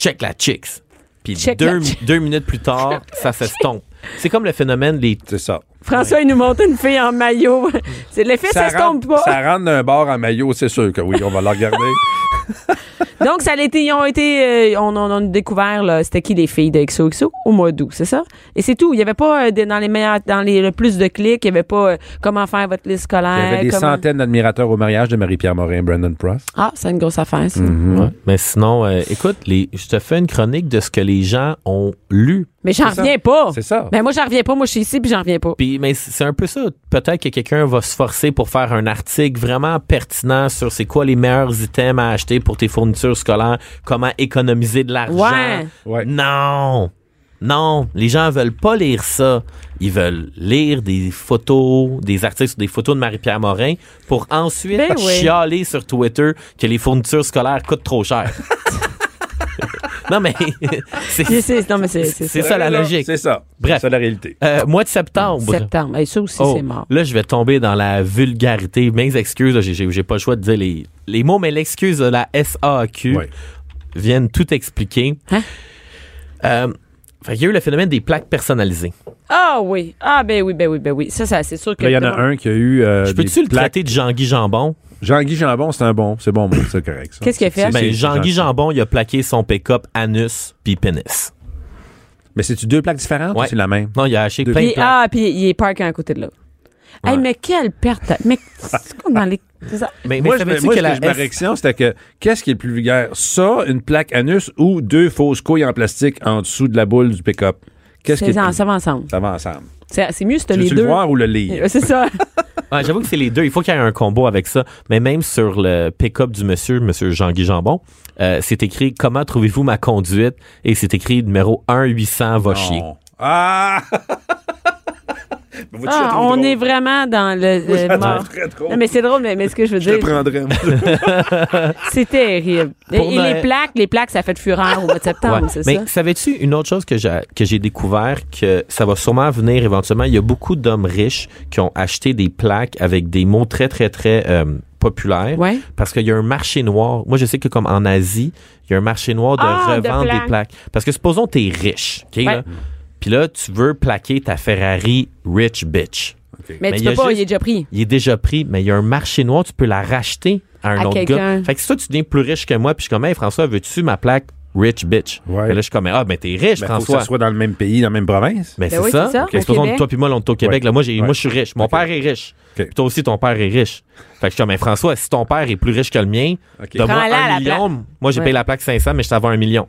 check la chicks. Puis Check deux, la chi- deux minutes plus tard, ça s'estompe. C'est comme le phénomène des. C'est ça. François, il nous montre une fille en maillot. C'est l'effet, ça, se tombe rentre, pas. ça rentre d'un bar en maillot, c'est sûr que oui, on va le regarder. Donc, ça a été, ils ont été, euh, on, on, on a découvert, là, c'était qui les filles de XOXO au mois d'août, c'est ça? Et c'est tout. Il n'y avait pas, euh, de- dans les meilleurs, dans les, le plus de clics, il n'y avait pas euh, comment faire votre liste Il scolaire. y avait des comment- centaines d'admirateurs au mariage de Marie-Pierre Morin et Brandon Pross. Ah, c'est une grosse affaire, ça. Mm-hmm. Ouais. Mais sinon, euh, écoute, les, je te fais une chronique de ce que les gens ont lu. Mais j'en C'est ça. reviens pas. C'est ça. Ben, moi, j'en reviens pas. Moi, je suis ici, puis j'en reviens pas. Puis, mais c'est un peu ça. Peut-être que quelqu'un va se forcer pour faire un article vraiment pertinent sur c'est quoi les meilleurs items à acheter pour tes fournitures scolaires, comment économiser de l'argent. Ouais. Ouais. Non. Non, les gens veulent pas lire ça. Ils veulent lire des photos, des articles sur des photos de Marie-Pierre Morin pour ensuite Ben oui. chialer sur Twitter que les fournitures scolaires coûtent trop cher. non, mais C'est- c'est c'est- non, mais c'est, c'est c'est ça. ça la logique. C'est ça. Bref. C'est ça la réalité. Euh, mois de septembre. Septembre. Hey, ça aussi, Oh, c'est mort. Là, je vais tomber dans la vulgarité. Mes excuses, là, j'ai- j'ai j'ai pas le choix de dire les, les mots, mais l'excuse de la SAQ Ouais. viennent tout expliquer. Hein? Euh, fait, il y a eu le phénomène des plaques personnalisées. Ah oui. Ah ben oui, ben oui, ben oui. Ça, ça c'est sûr que. Là, il y en a un qui a eu. euh, je des peux-tu le plaques. traiter de Jean-Guy Jambon? Jean-Guy Jambon, c'est un bon. C'est bon, mot, c'est correct. ça. Qu'est-ce qu'il a fait? C'est- Ben, c'est- c'est Jean-Guy gentil. Jambon, il a plaqué son pick-up anus puis pénis. Mais c'est-tu deux plaques différentes Ouais. ou c'est la même? Non, il a acheté Deux- plein de Puis, plaques. ah, puis il est parké à côté de là. Hey, Ouais. mais quelle perte. à- Mais c'est quoi dans les. c'est ça? Mais, mais Moi, je, savais-tu moi, que ce que la je- ma S- réaction, c'était que qu'est-ce qui est le plus vulgaire? Ça, une plaque anus ou deux fausses couilles en plastique en dessous de la boule du pick-up? Qu'est-ce qui est C'est le en- plus- ça va ensemble. Ça va ensemble. C'est c'est mieux si t'as Tu les veux-tu le deux. voir ou le lire? Euh, C'est ça. Ouais, J'avoue que c'est les deux. Il faut qu'il y ait un combo avec ça. Mais même sur le pick-up du monsieur, monsieur Jean-Guy Jambon, euh, c'est écrit Comment trouvez-vous ma conduite Et c'est écrit numéro 1-800 va chier. Non. Ah! Mais vois-tu, je la Ah, trouve on drôle. est vraiment dans le. Moi, je le la mort. trouve très drôle. Non, mais c'est drôle, mais, mais ce que je veux Je le dire, prendrais. moi. c'est terrible. Et, Pour et Noël. les plaques, les plaques, ça fait de fureur au mois de septembre, Ouais. c'est Mais ça? savais-tu une autre chose que j'ai, que j'ai découvert que ça va sûrement venir éventuellement? Il y a beaucoup d'hommes riches qui ont acheté des plaques avec des mots très, très, très euh, populaires. Ouais. Parce qu'il y a un marché noir. Moi, je sais que comme en Asie, il y a un marché noir de Ah, de revendre plaques. des plaques. Parce que supposons t'es riche, OK? là? Puis là, tu veux plaquer ta Ferrari Rich Bitch. Mais, Mais tu il y peux a pas, juste- il est déjà pris. Il est déjà pris, mais il y a un marché noir, tu peux la racheter à un À autre quelqu'un. gars. Fait que si toi, tu deviens plus riche que moi, puis je suis comme, hey, François, veux-tu ma plaque Rich Bitch? Ouais. Fait là, je suis comme, ah, ben t'es riche, Ben, faut que François. ça soit dans le même pays, dans la même province. Mais Ben c'est oui, ça. c'est ça, Ok. au Supposons Québec. que toi puis moi, on est au Québec. Ouais. Là, moi, j'ai, Ouais. moi, je suis riche. Mon Ok. père est riche. Ok. Puis toi aussi, ton père est riche. Fait que je suis comme, mais François, si ton père est plus riche que le mien, Ben, Ok. donne-moi Prends-la, un la million. Moi, j'ai Ouais. payé la plaque 500, mais je t'avais un million.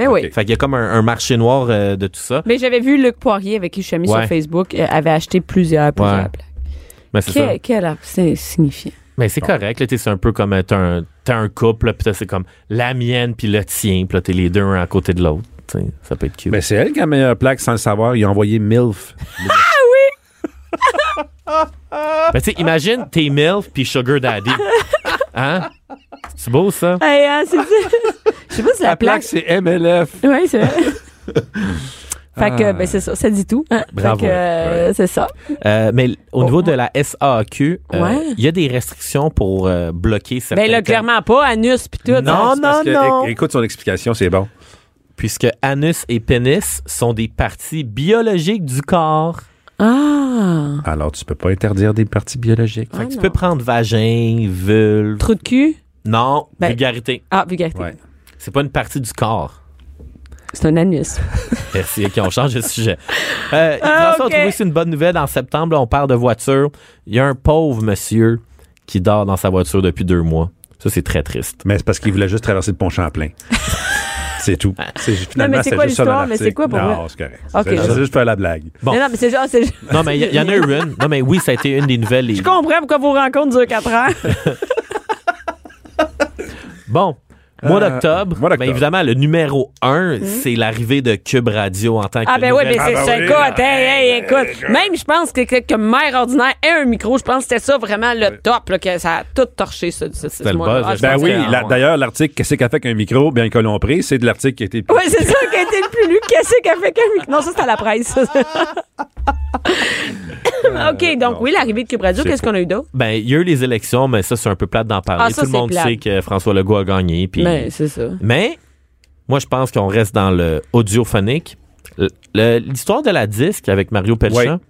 Mais Ben oui. Ok. Fait qu'il y a comme un, un marché noir euh, de tout ça. Mais j'avais vu Luc Poirier, avec qui je suis amie Ouais. sur Facebook, euh, avait acheté plusieurs, plusieurs Ouais. plaques. Mais c'est ça. Quel, quel ar- c'est signifiant. Mais c'est correct. là, t'sais, C'est un peu comme euh, t'as un, t'as un couple, là, puis t'as- c'est comme la mienne puis le tien, puis là, t'es les deux un à côté de l'autre. T'sais, Ça peut être cute. Mais Ben, c'est elle qui a la meilleure plaque sans le savoir. Il a envoyé MILF. Ah Mais tu sais, imagine, t'es MILF puis Sugar Daddy. Hein? C'est beau, ça? Hey, hein, c'est ça. Je sais pas si la, La plaque, plaque. Oh c'est MLF. Oui, c'est vrai. Fait que, ben, c'est ça, ça dit tout. hein. Bravo. Fait que, euh, c'est ça. Euh, mais au Oh. niveau de la SAQ, euh, il Ouais. y a des restrictions pour euh, bloquer certains... Ben là, termes. clairement pas anus pis tout. Non, hein. non, Parce que, non. é- Écoute son explication, c'est bon. Puisque anus et pénis sont des parties biologiques du corps. Ah! Alors, tu peux pas interdire des parties biologiques. Fait que tu non. peux prendre vagin, vulve. Trou de cul? Non, Ben- vulgarité. Ah, vulgarité. Ouais. C'est pas une partie du corps. C'est un anus. Merci. OK, on change de sujet. Euh, Ah, François ok. a trouvé aussi une bonne nouvelle. En septembre, là, on parle de voiture. Il y a un pauvre monsieur qui dort dans sa voiture depuis deux mois. Ça, c'est très triste. Mais c'est parce qu'il voulait juste traverser le pont Champlain. c'est tout. C'est Non, mais finalement c'est c'est quoi juste ça dans l'histoire? Mais c'est l'article. quoi pour Non, vrai? c'est correct. Ok. C'est- C'est juste faire la blague. Bon. Non, non, mais c'est genre. c'est- Non, mais il y, il y en a eu une. Non, mais oui, ça a été une des nouvelles. Je comprends pourquoi vos rencontres durent 4 heures. Bon. Mois Euh, d'octobre, mois d'octobre. ben, évidemment, le numéro un, c'est l'arrivée de Cube Radio en tant que Mhm. Ah, ben oui, nouvelle- mais c'est Ah, ben c'est- oui, écoute, là. hey, hey, écoute. Même, je pense que, que, que maire ordinaire et un micro, je pense que c'était ça vraiment le top, là, que ça a tout torché, ce, ce, ce le mois-là. buzz, Ah, je Ben pense oui, que- la- d'ailleurs, l'article Qu'est-ce qu'elle fait avec un micro, bien que l'on prie, c'est de l'article qui a été. Oui, c'est ça qui a été le plus lu. Qu'est-ce qu'a fait qu'un micro? Non, ça, c'est à la presse. ça. OK, donc oui, l'arrivée de Cube Radio, Euh, C'est qu'est-ce qu'on a eu d'autre? Ben, il y a eu les élections, mais ça, c'est un peu plate d'en parler. Ah, ça, Tout le c'est monde plate. sait que François Legault a gagné. puis- Ben, c'est ça. Mais, moi, je pense qu'on reste dans le audiophonique. Le- le- L'histoire de la disque avec Mario Pelchin, Oui.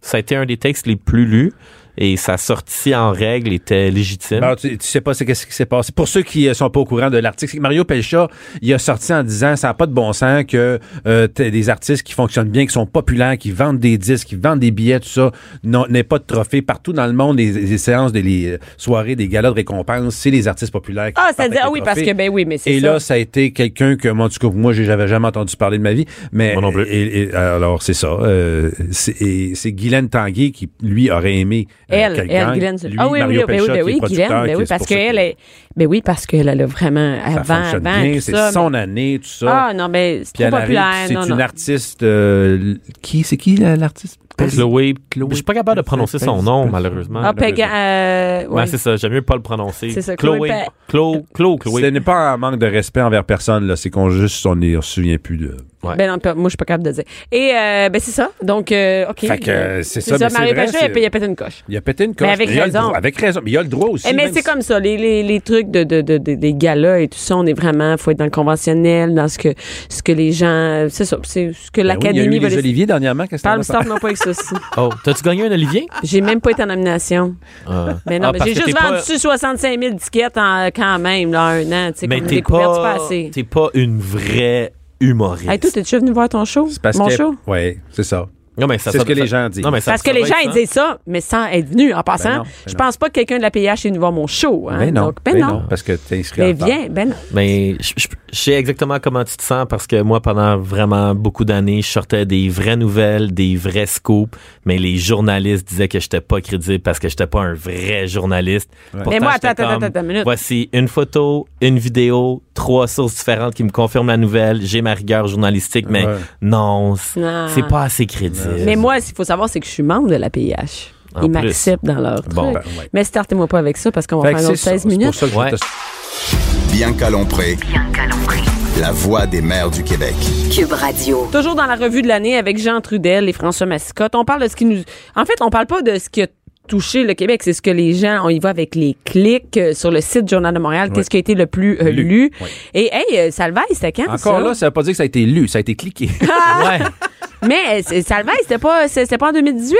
ça a été un des textes les plus lus et sa sortie en règle était légitime. Alors, Ben, tu, tu sais pas c'est qu'est-ce qui s'est passé. Pour ceux qui euh, sont pas au courant de l'article, c'est que Mario Pelcha, il a sorti en disant ça n'a pas de bon sens que euh, t'as des artistes qui fonctionnent bien, qui sont populaires, qui vendent des disques, qui vendent des billets, tout ça, non- n'aient pas de trophée partout dans le monde. Les, les séances, des les euh, soirées, des galas de récompenses, c'est les artistes populaires. qui Ah, partent c'est-à-dire, ah avec les oui, parce trophées. que, ben oui, mais c'est Et ça. là, ça a été quelqu'un que, moi, en tout cas, moi, j'ai- j'avais jamais entendu parler de ma vie. Mais, Moi non plus. et- et- alors, c'est ça. euh, c'est et c'est Guylaine Tanguy qui, lui, aurait aimé euh, Elle, qu'elle elle, gagne. Guylaine. Lui, ah oui, Mario oui, ben oui, Pelcha, ben qui est oui, producteur, Guylaine, ben qui- oui, c'est parce pour ça qu'elle que- est. Ben oui, parce qu'elle elle a vraiment. ça Avant, fonctionne avant, bien, tout c'est ça, son année, tout mais- ça. Ah non, mais c'est Puis trop elle arrive, populaire. c'est Non, une non. artiste euh, qui c'est qui la- l'artiste Chloé, Chloé- je suis pas capable de prononcer son Pelchin, nom, Pelchin. malheureusement. Ah, Pega. euh, Ouais, ouais. c'est ça, j'aime mieux pas le prononcer. C'est ça, Chloé. Chloé Pe- Euh, Chlo- Chlo- Chloé. Ce n'est pas un manque de respect envers personne là, c'est qu'on juste on ne se souvient plus de. Ouais. Ben non, pas- moi, je suis pas capable de dire. Et, euh, ben, c'est ça. Donc, euh, OK. Fait que, euh, c'est ça, mais c'est Marie vrai, Pachet, c'est- elle, il a pété une coche. Il a pété une coche. Mais avec il a le raison. droit- avec raison, mais il a le droit aussi. Eh, mais même c'est si- comme ça, les, les, les trucs de, de, de, de- des galas et tout ça, on est vraiment, faut être dans le conventionnel, dans ce que, ce que les gens, c'est ça, c'est ce que Ben oui, il y a eu l'académie les veut Olivier dernièrement qu'est-ce que Parle, t'en as stop, non pas avec ça aussi. Oh, t'as-tu gagné un Olivier? J'ai même pas été en nomination. Ah. Mais non, Ah, mais parce j'ai que juste t'es pas- vendu 65 000 tickets en, quand même, là, un an, tu sais, Mais comme t'es découverte, c'est pas pas, assez. t'es pas une vraie humoriste. Hey, toi, t'es déjà venu voir ton show? C'est parce Mon que- show? Ouais, c'est ça. Non, mais ça- C'est ce ça- que les ça- gens disent. Non, mais ça- Parce ça que les va gens, être ils ça. disent ça, mais sans être venu. En passant, non, ben je non. pense pas que quelqu'un de la PH est venu voir mon show. Hein? Ben non. Donc, ben, ben non. Parce que t'es inscrit Mais en retard. viens, ben non. Mais je je- je sais exactement comment tu te sens parce que moi, pendant vraiment beaucoup d'années, je sortais des vraies nouvelles, des vrais scoops, mais les journalistes disaient que j'étais pas crédible parce que j'étais pas un vrai journaliste. Pourtant, Mais moi, j'étais attends, attends, comme, attends, attends, minute. Voici une photo, une vidéo, trois sources différentes qui me confirment la nouvelle. J'ai ma rigueur journalistique, mais Ouais. non, c- Non. c'est pas assez crédible. Mais moi, ce qu'il faut savoir, c'est que je suis membre de la PH. Ils En plus. m'acceptent dans leur Bon, truc. ben ouais. Mais startez-moi pas avec ça parce qu'on va Fait que faire un c'est autre ça, 16 c'est pour minutes. ça que je Ouais. te- Bianca Lompré, Bianca Lompré. la voix des mères du Québec. Cube Radio. Toujours dans la revue de l'année avec Jean Trudel et François Massicotte. On parle de ce qui nous. En fait, on parle pas de ce qui a touché le Québec, c'est ce que les gens, on y va avec les clics euh, sur le site Journal de Montréal, qu'est-ce qui a été le plus euh, Lu. lu. Oui. Et hey, euh, Salvaille, c'était quand Encore ça? là, ça veut pas dire que ça a été lu, ça a été cliqué. ouais. Mais euh, c'est- Salvaille, c'était pas c'est- c'était pas en 2018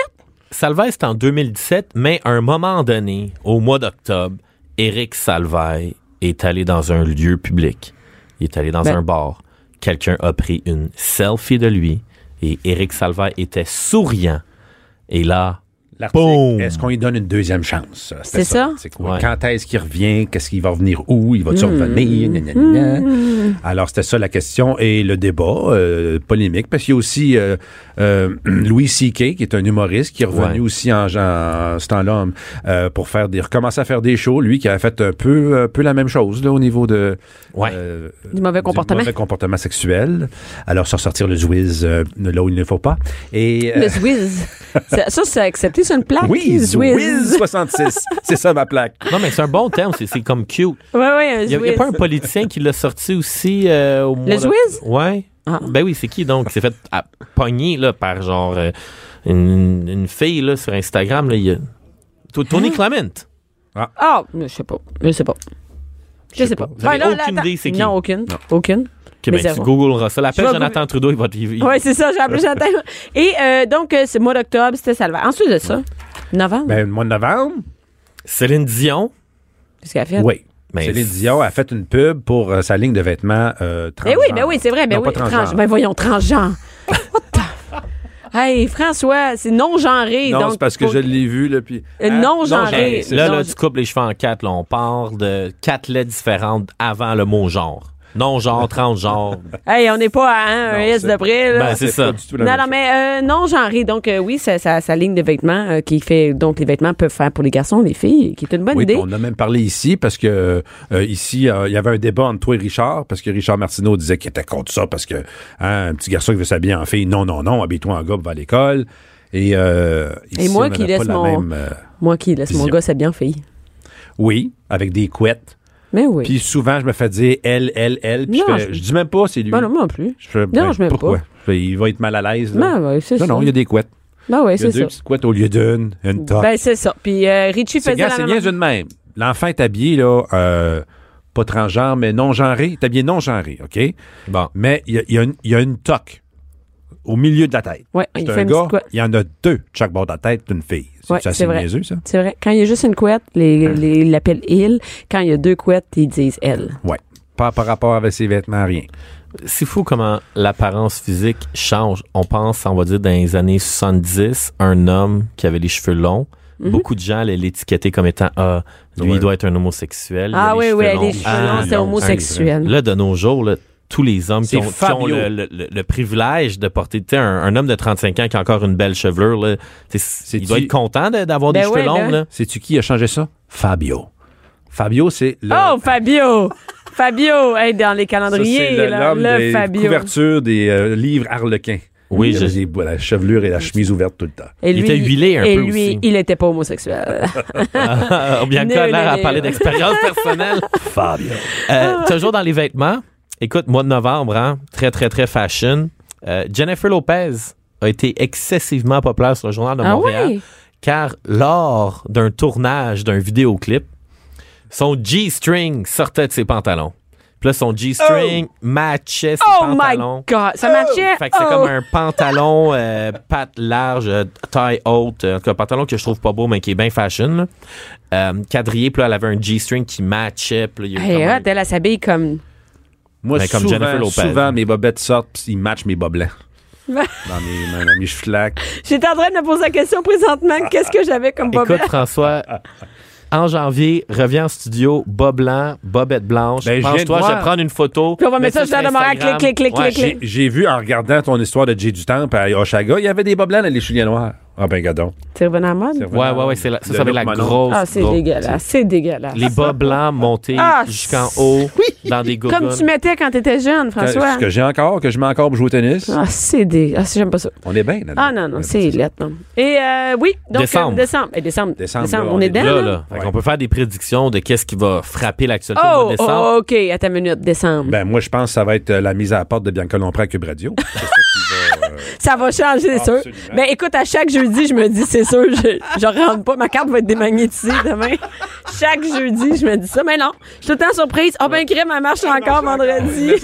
Salvaille, c'est en 2017, mais à un moment donné, au mois d'octobre, Éric Salvaille est allé dans un lieu public. Il est allé dans Ben- un bar. Quelqu'un a pris une selfie de lui et Éric Salvaille était souriant. Et là, L'article, Boom. Est-ce qu'on lui donne une deuxième chance? C'est C'était ça? C'est quoi? Ouais. Quand est-ce qu'il revient? Qu'est-ce qu'il va revenir où? Il va-tu Hmm. revenir? Gna, gna, gna. Alors, c'était ça la question et le débat euh, polémique. Parce qu'il y a aussi euh, euh, Louis C.K., qui est un humoriste, qui est revenu Ouais. aussi en, en ce temps-là euh, pour faire des, recommencer à faire des shows. Lui qui a fait un peu, un peu la même chose là, au niveau de, Ouais. euh, du mauvais comportement. du mauvais comportement sexuel. Alors, sans sortir le Zwiz euh, là où il ne faut pas. Et, euh, Le Zwiz. ça, ça, c'est accepté sur une plaque. oui, Zwiz. Zwiz 66. C'est ça ma plaque. non mais c'est un bon terme, c'est- c'est comme cute. Ouais, ouais, un Il y a, il y a Zwiz. pas un politicien qui l'a sorti aussi euh, au mois d'oc- Zwiz? Ouais. Ah. Ben oui, c'est qui donc? C'est fait à pogner là, par genre euh, une, une fille là, sur Instagram. Là, il y a- To- Hein? Tony Clement. Ah, mais je sais pas. Je sais pas. Je sais pas. Vous avez Ouais, là, là, aucune attends. idée c'est qui? Non, aucune. Aucune. OK, Mais ben, tu zéro. googleras ça. L'appel Je vais Jonathan Trudeau, il va te. il- Oui, c'est ça, j'ai appelé Chantal. Et euh, donc, euh, ce mois d'octobre, c'était Salvaire. Ensuite de ça, novembre, Ben, le mois de novembre, Céline Dion. qu'est-ce qu'elle a fait? oui. Ben, Céline Dion a fait une pub pour euh, sa ligne de vêtements euh, Eh transgenre. oui, ben oui, c'est vrai. Ben Non, oui, pas transgenre. trans- ben voyons, transgenre. What the- Hey, François, c'est non-genré. non, donc c'est parce que faut- je l'ai vu, là, puis... Ah, Euh, non-genré. Hey, c'est- là, non, là, je- tu coupes les cheveux en quatre. Là, on parle de quatre lettres différentes avant le mot genre. Non-genre, transgenre. Hey, on n'est pas à un, un Non, S c'est- de près. là. Ben, c'est pas ça. du tout la non, même non, chose. mais euh, non-genré. Donc, euh, oui, sa, sa, sa ligne de vêtements euh, qui fait. Donc, les vêtements peuvent faire pour les garçons, les filles, qui est une bonne Oui, idée. on a même parlé ici parce que euh, euh, ici euh, il y avait un débat entre toi et Richard parce que Richard Martineau disait qu'il était contre ça parce que hein, un petit garçon qui veut s'habiller en fille, non non non, habille-toi en gars, va à l'école. Et, euh, ici, moi on qui avait laisse pas la mon- même, euh, Moi qui laisse mon Vision. gars s'habiller en fille. oui, avec des couettes. Mais oui. Puis souvent je me fais dire elle elle elle, puis je, Non, fais- je- je dis même pas c'est lui. Ben non, moi non plus. Je fais, non, je m'aime pas. pourquoi? Je fais, il va être mal à l'aise. là. Ben oui, c'est non ça. non, il y a des couettes. Ben oui, Il y a c'est deux ça. petites couettes au lieu d'une, une top. Ben c'est ça. Puis euh, Richie C'est faisait gars, la c'est même. bien une même. L'enfant est habillé, là, euh, pas transgenre, mais non-genré. Il est habillé non-genré, OK? Bon. Mais il y a, il y a une- il y a une toque au milieu de la tête. Ouais, C'est il un fait une gars, petite couette. il y en a deux de chaque bord de la tête d'une fille. C'est Ouais, c'est assez vrai. niaiseux, ça? C'est vrai. Quand il y a juste une couette, les, les, ils l'appellent il. Quand il y a deux couettes, ils disent elle. Oui. Pas par rapport avec ses vêtements, rien. C'est fou comment l'apparence physique change. On pense, on va dire, dans les années 70, un homme qui avait les cheveux longs. Mhm. Beaucoup de gens allaient l'étiqueter comme étant Ah, lui, Ouais. il doit être un homosexuel. il a Ah oui, oui, les cheveux Ah, longs, c'est non, homosexuel. Là, de nos jours, là, tous les hommes qui C'est ont, qui ont Fabio. le, le- le- le privilège de porter, tu sais, un, un homme de 35 ans qui a encore une belle chevelure, là, tu sais, il C'est-tu- doit être content de- d'avoir Ben des cheveux ouais, longs. ben. là. Sais-tu qui a changé ça? Fabio. Fabio, c'est le... Oh, Fabio! Fabio! Hey, dans les ça, calendriers, c'est le- là, l'homme le des Fabio. couvertures des euh, livres Harlequin. Oui, il je- avait des- la chevelure et la chemise ouverte tout le temps. Et Il était huilé un et peu lui, aussi. il était pas homosexuel. Ah, Bianca a Nul, l'air à nul. parler d'expérience personnelle. Fabio. Euh, toujours dans les vêtements. Écoute, mois de novembre, hein, très, très, très fashion. Euh, Jennifer Lopez a été excessivement populaire sur le journal de ah Montréal oui? car lors d'un tournage d'un vidéoclip, son G-string sortait de ses pantalons. Puis là, son G-string matchait ses Oh my pantalons. God! Ça matchait! Fait que c'est Oh! comme un pantalon euh, patte large, euh, taille haute, euh, en tout cas, un pantalon que je trouve pas beau, mais qui est bien fashion. là. Euh, quadrillé, puis là, elle avait un G-string qui matchait. Puis là, il y a eu Hey, ah, comme un- hot, elle elle s'habille comme... Moi, Ben, comme souvent, Jennifer Lopez. souvent, mes bobettes sortent pis ils matchent mes bas blancs. Ben. dans mes, dans mes cheveux flaques. J'étais en train de me poser la question présentement. Qu'est-ce que j'avais comme bobette? Écoute, François, en janvier, reviens en studio, bas blanc, bobette blanche. Ben, je viens de Pense-toi, je voir. vais prendre une photo. Puis on va mettre ça sur la Instagram. demeure. Clic, clic, clic, Ouais, clic, j'ai- J'ai- J'ai vu, en regardant ton histoire de Jay du Temple à Oshaga, il y avait des bas blancs dans les souliers noirs. Ah ben, gadon. T'es revenu à la mode? Ouais, ouais, ouais, c'est la- ça, ça va être la grosse. Ah, c'est grosse- dégueulasse. C'est dégueulasse. Les bas blancs montés Ah, jusqu'en haut, dans des gougounes. Comme tu mettais quand t'étais jeune, François. Ce que j'ai encore, que je mets encore pour jouer au tennis. Ah, c'est des. Ah, c'est- j'aime pas ça. On est bien. là-dedans. Ah, non, non, c'est lettre, non. Et euh, oui, donc. Décembre. euh, décembre. Eh, décembre. Décembre, là, on, on est est dedans, Là, là. là. Fait Ouais. qu'on peut faire des prédictions de qu'est-ce qui va frapper l'actualité au Oh, mois de décembre. oh, OK, à ta minute, décembre. Ben, moi, je pense que ça va être euh, la mise à la porte de Bianca Lompré à Cube Radio. C'est ça qui va, euh, ça va changer, c'est sûr. Absolument. Ben, écoute, à chaque jeudi, je me dis, c'est sûr, je, je rentre pas. Ma carte va être démagnétisée demain. chaque jeudi, je me dis ça. Mais non, je suis tout le temps surprise. Ah, ben, crème, elle marche encore vendredi.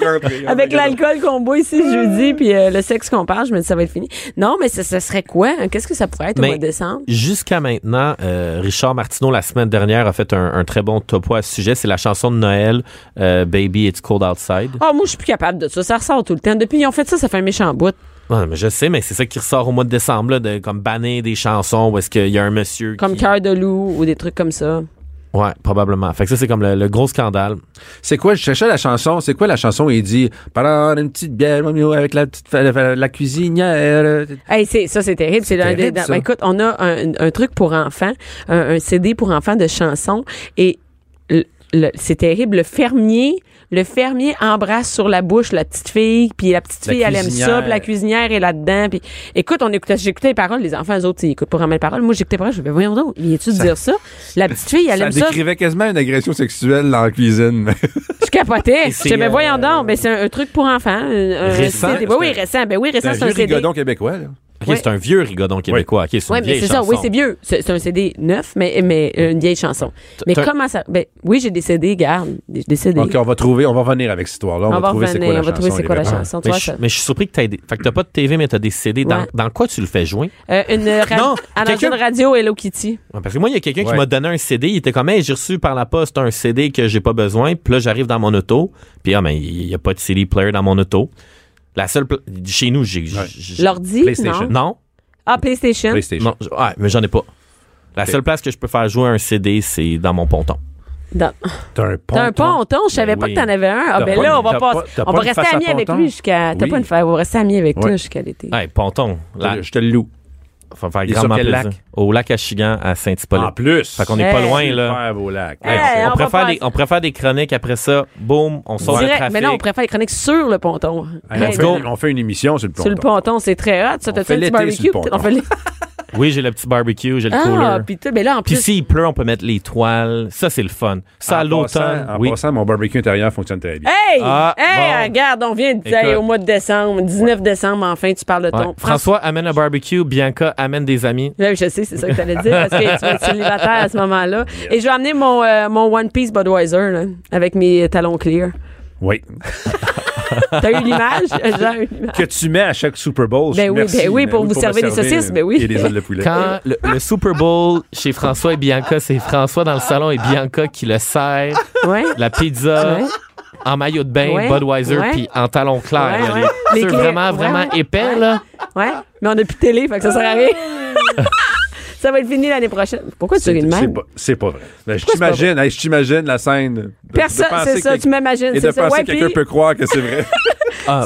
Avec l'alcool qu'on boit ici le jeudi, puis euh, le sexe qu'on parle, je me dis, ça va être fini. Non, mais ce ce serait quoi? hein? Qu'est-ce que ça pourrait être au Mais- mois de décembre? Jusqu'à maintenant, euh, Richard Martineau, la semaine dernière, a fait un, un très bon topo à ce sujet. C'est la chanson de Noël, euh, Baby, It's Cold Outside. Ah, moi, je suis plus capable de ça. Ça ressort tout le temps. Depuis qu'ils ont fait ça, ça fait un méchant bout. Ouais, mais je sais, mais c'est ça qui ressort au mois de décembre, là, de comme banner des chansons où est-ce qu'il y a un monsieur Comme qui... Cœur de loup ou des trucs comme ça. Ouais, probablement. Fait que ça, c'est comme le, le gros scandale. C'est quoi, je cherchais la chanson, c'est quoi la chanson où il dit « Pendant une petite bière, mon miou, avec la petite fa- la, la cuisinière... Hey, c'est ça, c'est terrible. C'est l'un des- terrible, ça. ben, écoute, on a un, un truc pour enfants, un, un CD pour enfants de chansons, et le- le- c'est terrible. Le fermier, le fermier embrasse sur la bouche la petite fille, puis la petite La fille, elle aime ça, cuisinière. puis la cuisinière est là-dedans. Puis, écoute, on écoutait, j'écoutais les paroles, les enfants, eux autres, ils écoutent pas vraiment les paroles. Moi, j'écoutais les paroles, je me disais, voyons donc, viens-tu de dire ça? La petite fille, elle Ça aime ça. décrivait quasiment une agression sexuelle dans la cuisine. Je capotais. c'est, Je mais euh, voyons donc, mais c'est un, un truc pour enfants. un- un Récent, CD. Ben oui, récent. Ben oui, récent, C'est un c'est un vieux CD. rigodon québécois, là. OK, Ouais. c'est un vieux rigodon québécois. OK, c'est une Oui, mais vieille c'est ça. chanson. Oui, c'est vieux. C'est c'est un CD neuf, mais, mais euh, une vieille chanson. Mais t'as- comment ça. Ben, oui, j'ai des CD, garde. Des des CD. OK, on va trouver, on va venir avec cette histoire-là. On, On va va trouver c'est quoi revenir, la on va chanson. trouver c'est quoi la les gars. chanson. Sans mais, toi, je, ça- mais je suis surpris que tu des. Fait que t'as pas de TV, mais t'as des CD. Dans, Ouais. dans quoi tu le fais jouer? Euh, une ra- Non, à l'antenne quelqu'un- radio Hello Kitty. Ouais, Parce que moi, il y a quelqu'un Ouais. qui m'a donné un CD. Il était comme, hey, j'ai reçu par la poste un CD que j'ai pas besoin. Puis là, j'arrive dans mon auto. Puis, ah, mais il n'y a pas de CD player dans mon auto. La seule. pla- Chez nous, j'ai. j'ai- L'ordi? PlayStation. Non. Non? Ah, PlayStation. PlayStation. Non. j- Ouais, mais j'en ai pas. La seule place que je peux faire jouer un CD, c'est dans mon ponton. Dans- T'as un pont. T'as un ponton, je savais Ben pas oui. que t'en avais un. Ah, T'as ben pas là, une- on va t'as pas. pas- t'as on pas va une rester face à amis avec ponton. lui jusqu'à. T'as Oui. pas une fa- On va rester amis avec Ouais. toi jusqu'à l'été. Hey, ponton. La- Je te le loue. Faut faire Il est grandement sur quel plaisir. lac? Ah, Au lac Achigan à Saint-Hippolyte. En plus. Fait qu'on est pas Hey. loin, là. Super beau lac. Hey, on, on va préfère pas- des, on préfère des chroniques après ça. Boum, on sort le Direct, trafic. mais non, on préfère les chroniques sur le ponton. Hey, Hey, on, fait une, on fait une émission sur le ponton. sur le ponton, c'est très hot. Ça, On t'as fait fait le l'été sur barbecue? le peut-être? ponton. On fait l'été. Oui, j'ai le petit barbecue, j'ai le Ah, cooler. puis tu- mais là, en Puis plus. s'il pleut, on peut mettre les toiles. Ça, c'est le fun. Ça, à En l'automne. passant- En Oui. passant, mon barbecue intérieur fonctionne très bien. Hey! Ah, hey, bon. regarde, on vient de dire Écoute. au mois de décembre, 19 décembre, enfin, tu parles de Ouais. ton. François amène un barbecue. Bianca amène des amis. Ouais, je sais, c'est ça que t'allais dire, parce que tu vas être célibataire à ce moment-là. Et je vais amener mon, euh, mon One Piece Budweiser, là, avec mes talons clear. Oui. T'as eu l'image? J'ai eu l'image. que tu mets à chaque Super Bowl. Ben oui, Merci, ben oui, pour vous me servir des saucisses, ben oui. Et des ailes de poulet. Quand le, euh. le Super Bowl chez François et Bianca, c'est François dans le salon et Bianca qui le sert. Ouais. La pizza. Ouais. En maillot de bain, Ouais. Budweiser, Ouais. puis en talons clairs. Ouais, là, ouais. les- Les ceux clés- vraiment, ouais, vraiment ouais. épais, là. Ouais. Mais on a plus de télé, fait que ça sert à rien. ça va être fini l'année prochaine. Pourquoi tu C'est ris de c'est même? pas, c'est pas vrai. Ben, je t'imagine, hey, je t'imagine la scène. de- de Personne, penser c'est ça, que- tu m'imagines. Et de C'est ça. penser Ouais, que quelqu'un puis, peut croire que c'est vrai.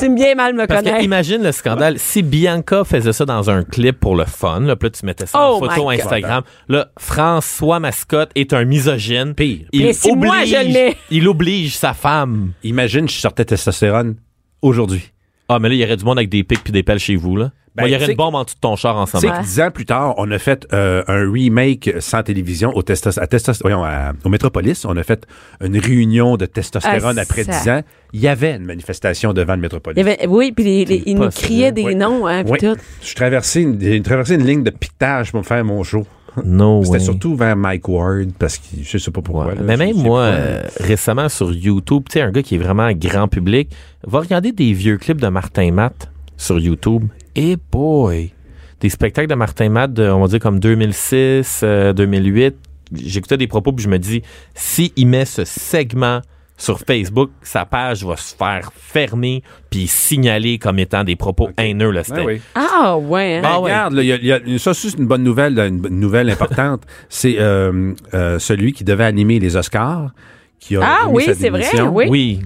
tu me bien mal me Parce que connaître. imagine le scandale. Si Bianca faisait ça dans un clip pour le fun, là, puis là, tu mettais ça en Oh my photo God. Instagram, là, François Mascotte est un misogyne. Pire. Il Mais si oblige, moi, je le mets. il oblige sa femme. Imagine, je sortais testostérone aujourd'hui. Ah, mais là, il y aurait du monde avec des pics puis des pelles chez vous, là. Ben, Moi, il y tu aurait sais- une bombe en dessous de ton char Tu sais ensemble. que dix ans plus tard, on a fait euh, un remake sans télévision au, testos à testos voyons, à- au Métropolis. On a fait une réunion de testostérone Ah, après ça. 10 ans. Il y avait une manifestation devant le Métropolis. Il y avait, oui, puis les- les- ils nous possible. criaient des Oui. noms, hein, puis Oui. tout. Je traversais une, j'ai traversé une ligne de piquetage pour me faire mon show. No C'était way. surtout vers Mike Ward parce que je sais pas pourquoi. Ouais. là, mais je même sais moi, pas. euh, récemment sur YouTube, tu sais, un gars qui est vraiment grand public, va regarder des vieux clips de Martin Matt sur YouTube. Et Eh boy! Des spectacles de Martin Matt, de, on va dire comme 2006, euh, 2008. J'écoutais des propos puis je me dis, si il met ce segment sur Facebook, sa page va se faire fermer puis signaler comme étant des propos haineux. Là, Ah c'était- oui. Ah, ouais, hein. Ben, Ah ouais. Regarde, là, il y a- il y a, une- ça c'est une bonne nouvelle, là, une bonne nouvelle importante. c'est euh, euh, celui qui devait animer les Oscars. Qui a Ah remis oui, sa c'est vrai, démission oui. oui.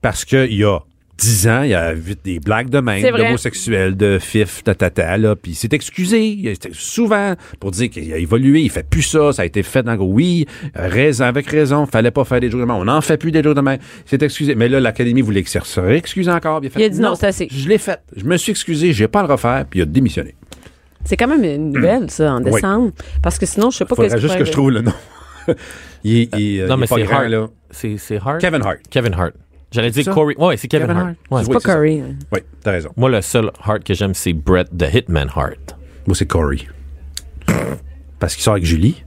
Parce qu'il y a 10 ans, il y a vite des blagues de même, C'est vrai. d'homosexuels, de fif, tatata, là. Puis il s'est excusé il s'est- souvent pour dire qu'il a évolué, il fait plus ça, ça a été fait dans Oui, euh, raison avec raison, fallait pas faire des jours de même. On n'en fait plus des jours de même. Il s'est excusé. Mais là, l'Académie voulait qu'il se re- réexcuse encore. puis Il a dit non, c'est assez. Je l'ai fait. Je me suis excusé, je vais pas à le refaire, puis il a démissionné. C'est quand même une nouvelle, ça, en décembre. Parce que sinon, je sais pas Faudrait qu'est-ce juste que pourrait- je trouve le nom. il, est- il, euh, Non, il est mais pas c'est grand, Hart. là. C'est c'est Hart. Kevin Hart. Kevin Hart. J'allais dire ça? Corey. Ouais, c'est Kevin, Kevin Hart. Hart. Ouais. C'est pas c'est ça. Curry. hein. Oui, t'as raison. Moi, le seul Hart que j'aime, c'est Brett the Hitman Hart. Moi, c'est Corey. Parce qu'il sort avec Julie.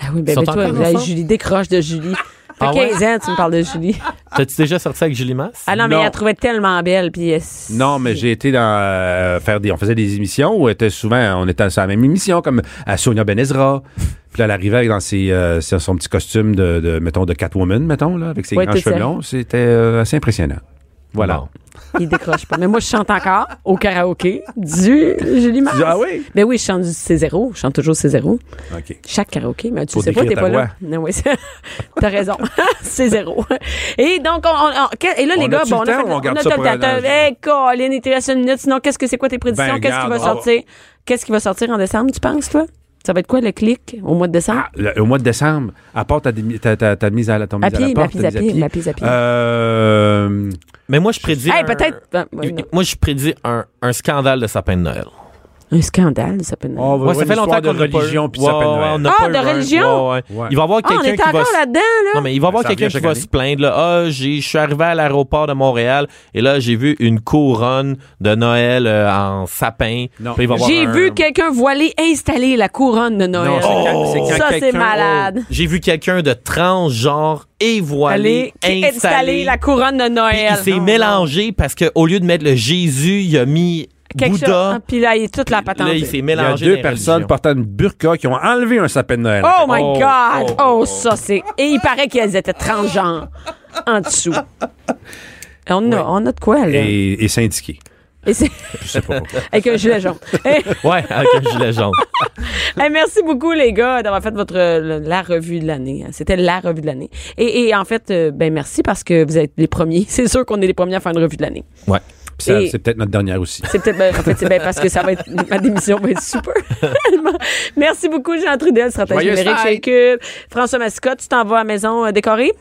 Ah oui, ben, Ils ben sont toi, encore la ensemble? Julie, décroche de Julie. Fait Ah ouais? Ah. 15 ans, tu me parles de Julie. T'as-tu déjà sorti avec Julie Masse? Ah non, mais Non. elle la trouvait tellement belle. Puis elle s- Non, mais j'ai été dans euh, faire des. On faisait des émissions où était souvent, on était sur la même émission, comme à Sonia Benezra. Puis là, elle arrivait avec dans ses, euh, ses- son petit costume de, de, mettons, de Catwoman, mettons, là, avec ses Ouais, grands tout cheveux ça. longs. C'était euh, assez impressionnant. Voilà. Bon. Il décroche pas. Mais moi, je chante encore au karaoké du Julie Mars. Ah oui? Ben oui, je chante du C0. Je chante toujours C0. OK. Chaque karaoké, mais tu Faut sais pas, décrire t'es ta pas voix. là. Non, oui, c'est- t'as raison. c'est zéro. Et donc, on, on- que- et là, On les gars, a-tu bon, le on a temps fait, ou on garde a ça top pour data. un an? Hey, Colin, il te reste une minute. Sinon, qu'est-ce que c'est quoi tes prédictions? Ben, qu'est-ce qui va garde, on va- sortir? Qu'est-ce qui va sortir en décembre, tu penses, toi? Ça va être quoi le clic au mois de décembre? Ah, le- au mois de décembre, à part ta, démi- ta, ta, ta mise à la, ton À mise pied, ma la porte, mise ta à pied, ma mise à pied. Euh, Mais moi, je prédis. Hey, un- peut-être. Ben, ouais, non. Moi, je prédis un, un scandale de sapin de Noël. Un scandale, ça peut être. On va Ouais, voir ça fait une longtemps histoire de qu'on n'a pas eu- religion puis Ouais, ça s'appelle ouais, Noël. on n'a Ah, pas de eu un. religion? Ouais, ouais. Ouais. Il va y avoir Ah, on quelqu'un est qui va encore se- là-dedans, là. Non, mais il va y avoir Ça quelqu'un revient qui chaque va année. se plaindre. Là. Ah, j'ai- je suis arrivé à l'aéroport de Montréal et là, j'ai vu une couronne de Noël euh, en sapin. Non. Puis il va y avoir J'ai un- vu quelqu'un voilé installer la couronne de Noël. Non, c'est quand- c'est quand ça, c'est quelqu'un- malade. J'ai vu quelqu'un de transgenre et Aller voilé installer installé. la couronne de Puis Noël. il s'est Non, mélangé parce qu'au lieu de mettre le Jésus, il a non. mis Quelque Bouddha. chose. hein, Puis là, il est toute la patente. Là, il s'est Il y a mélangé. dans deux les personnes religions. portant une burqa qui ont enlevé un sapin de Noël. Oh my Oh, God! oh, Oh, ça, c'est... Et il paraît qu'elles étaient transgenres en dessous. On a, on a de quoi, là. Et... Et, et syndiqué. c'est- Je sais pas pourquoi. Avec un gilet jaune. Eh, Ouais, avec un gilet jaune. eh, merci beaucoup, les gars, d'avoir fait votre euh, la revue de l'année. hein. C'était la revue de l'année. Et, et en fait, euh, ben merci parce que vous êtes les premiers. C'est sûr qu'on est les premiers à faire une revue de l'année. Ouais. Puis ça, Et- c'est peut-être notre dernière aussi. C'est peut-être ben, en fait c'est bien parce que ça va être ma démission va être super. Merci beaucoup Jean Trudel, stratège Joyeuse numérique chez Cube. François Mascotte, tu t'en vas à la maison euh, décorée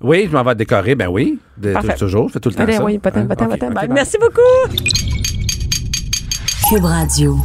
Oui, je m'en vais décorer, ben oui. De- Parfait. toujours, Ben je fais tout le temps Allez, ça. oui, patin, Hein? patin, Ok, patin. ok, Bye. bye. Merci beaucoup. Cube Radio.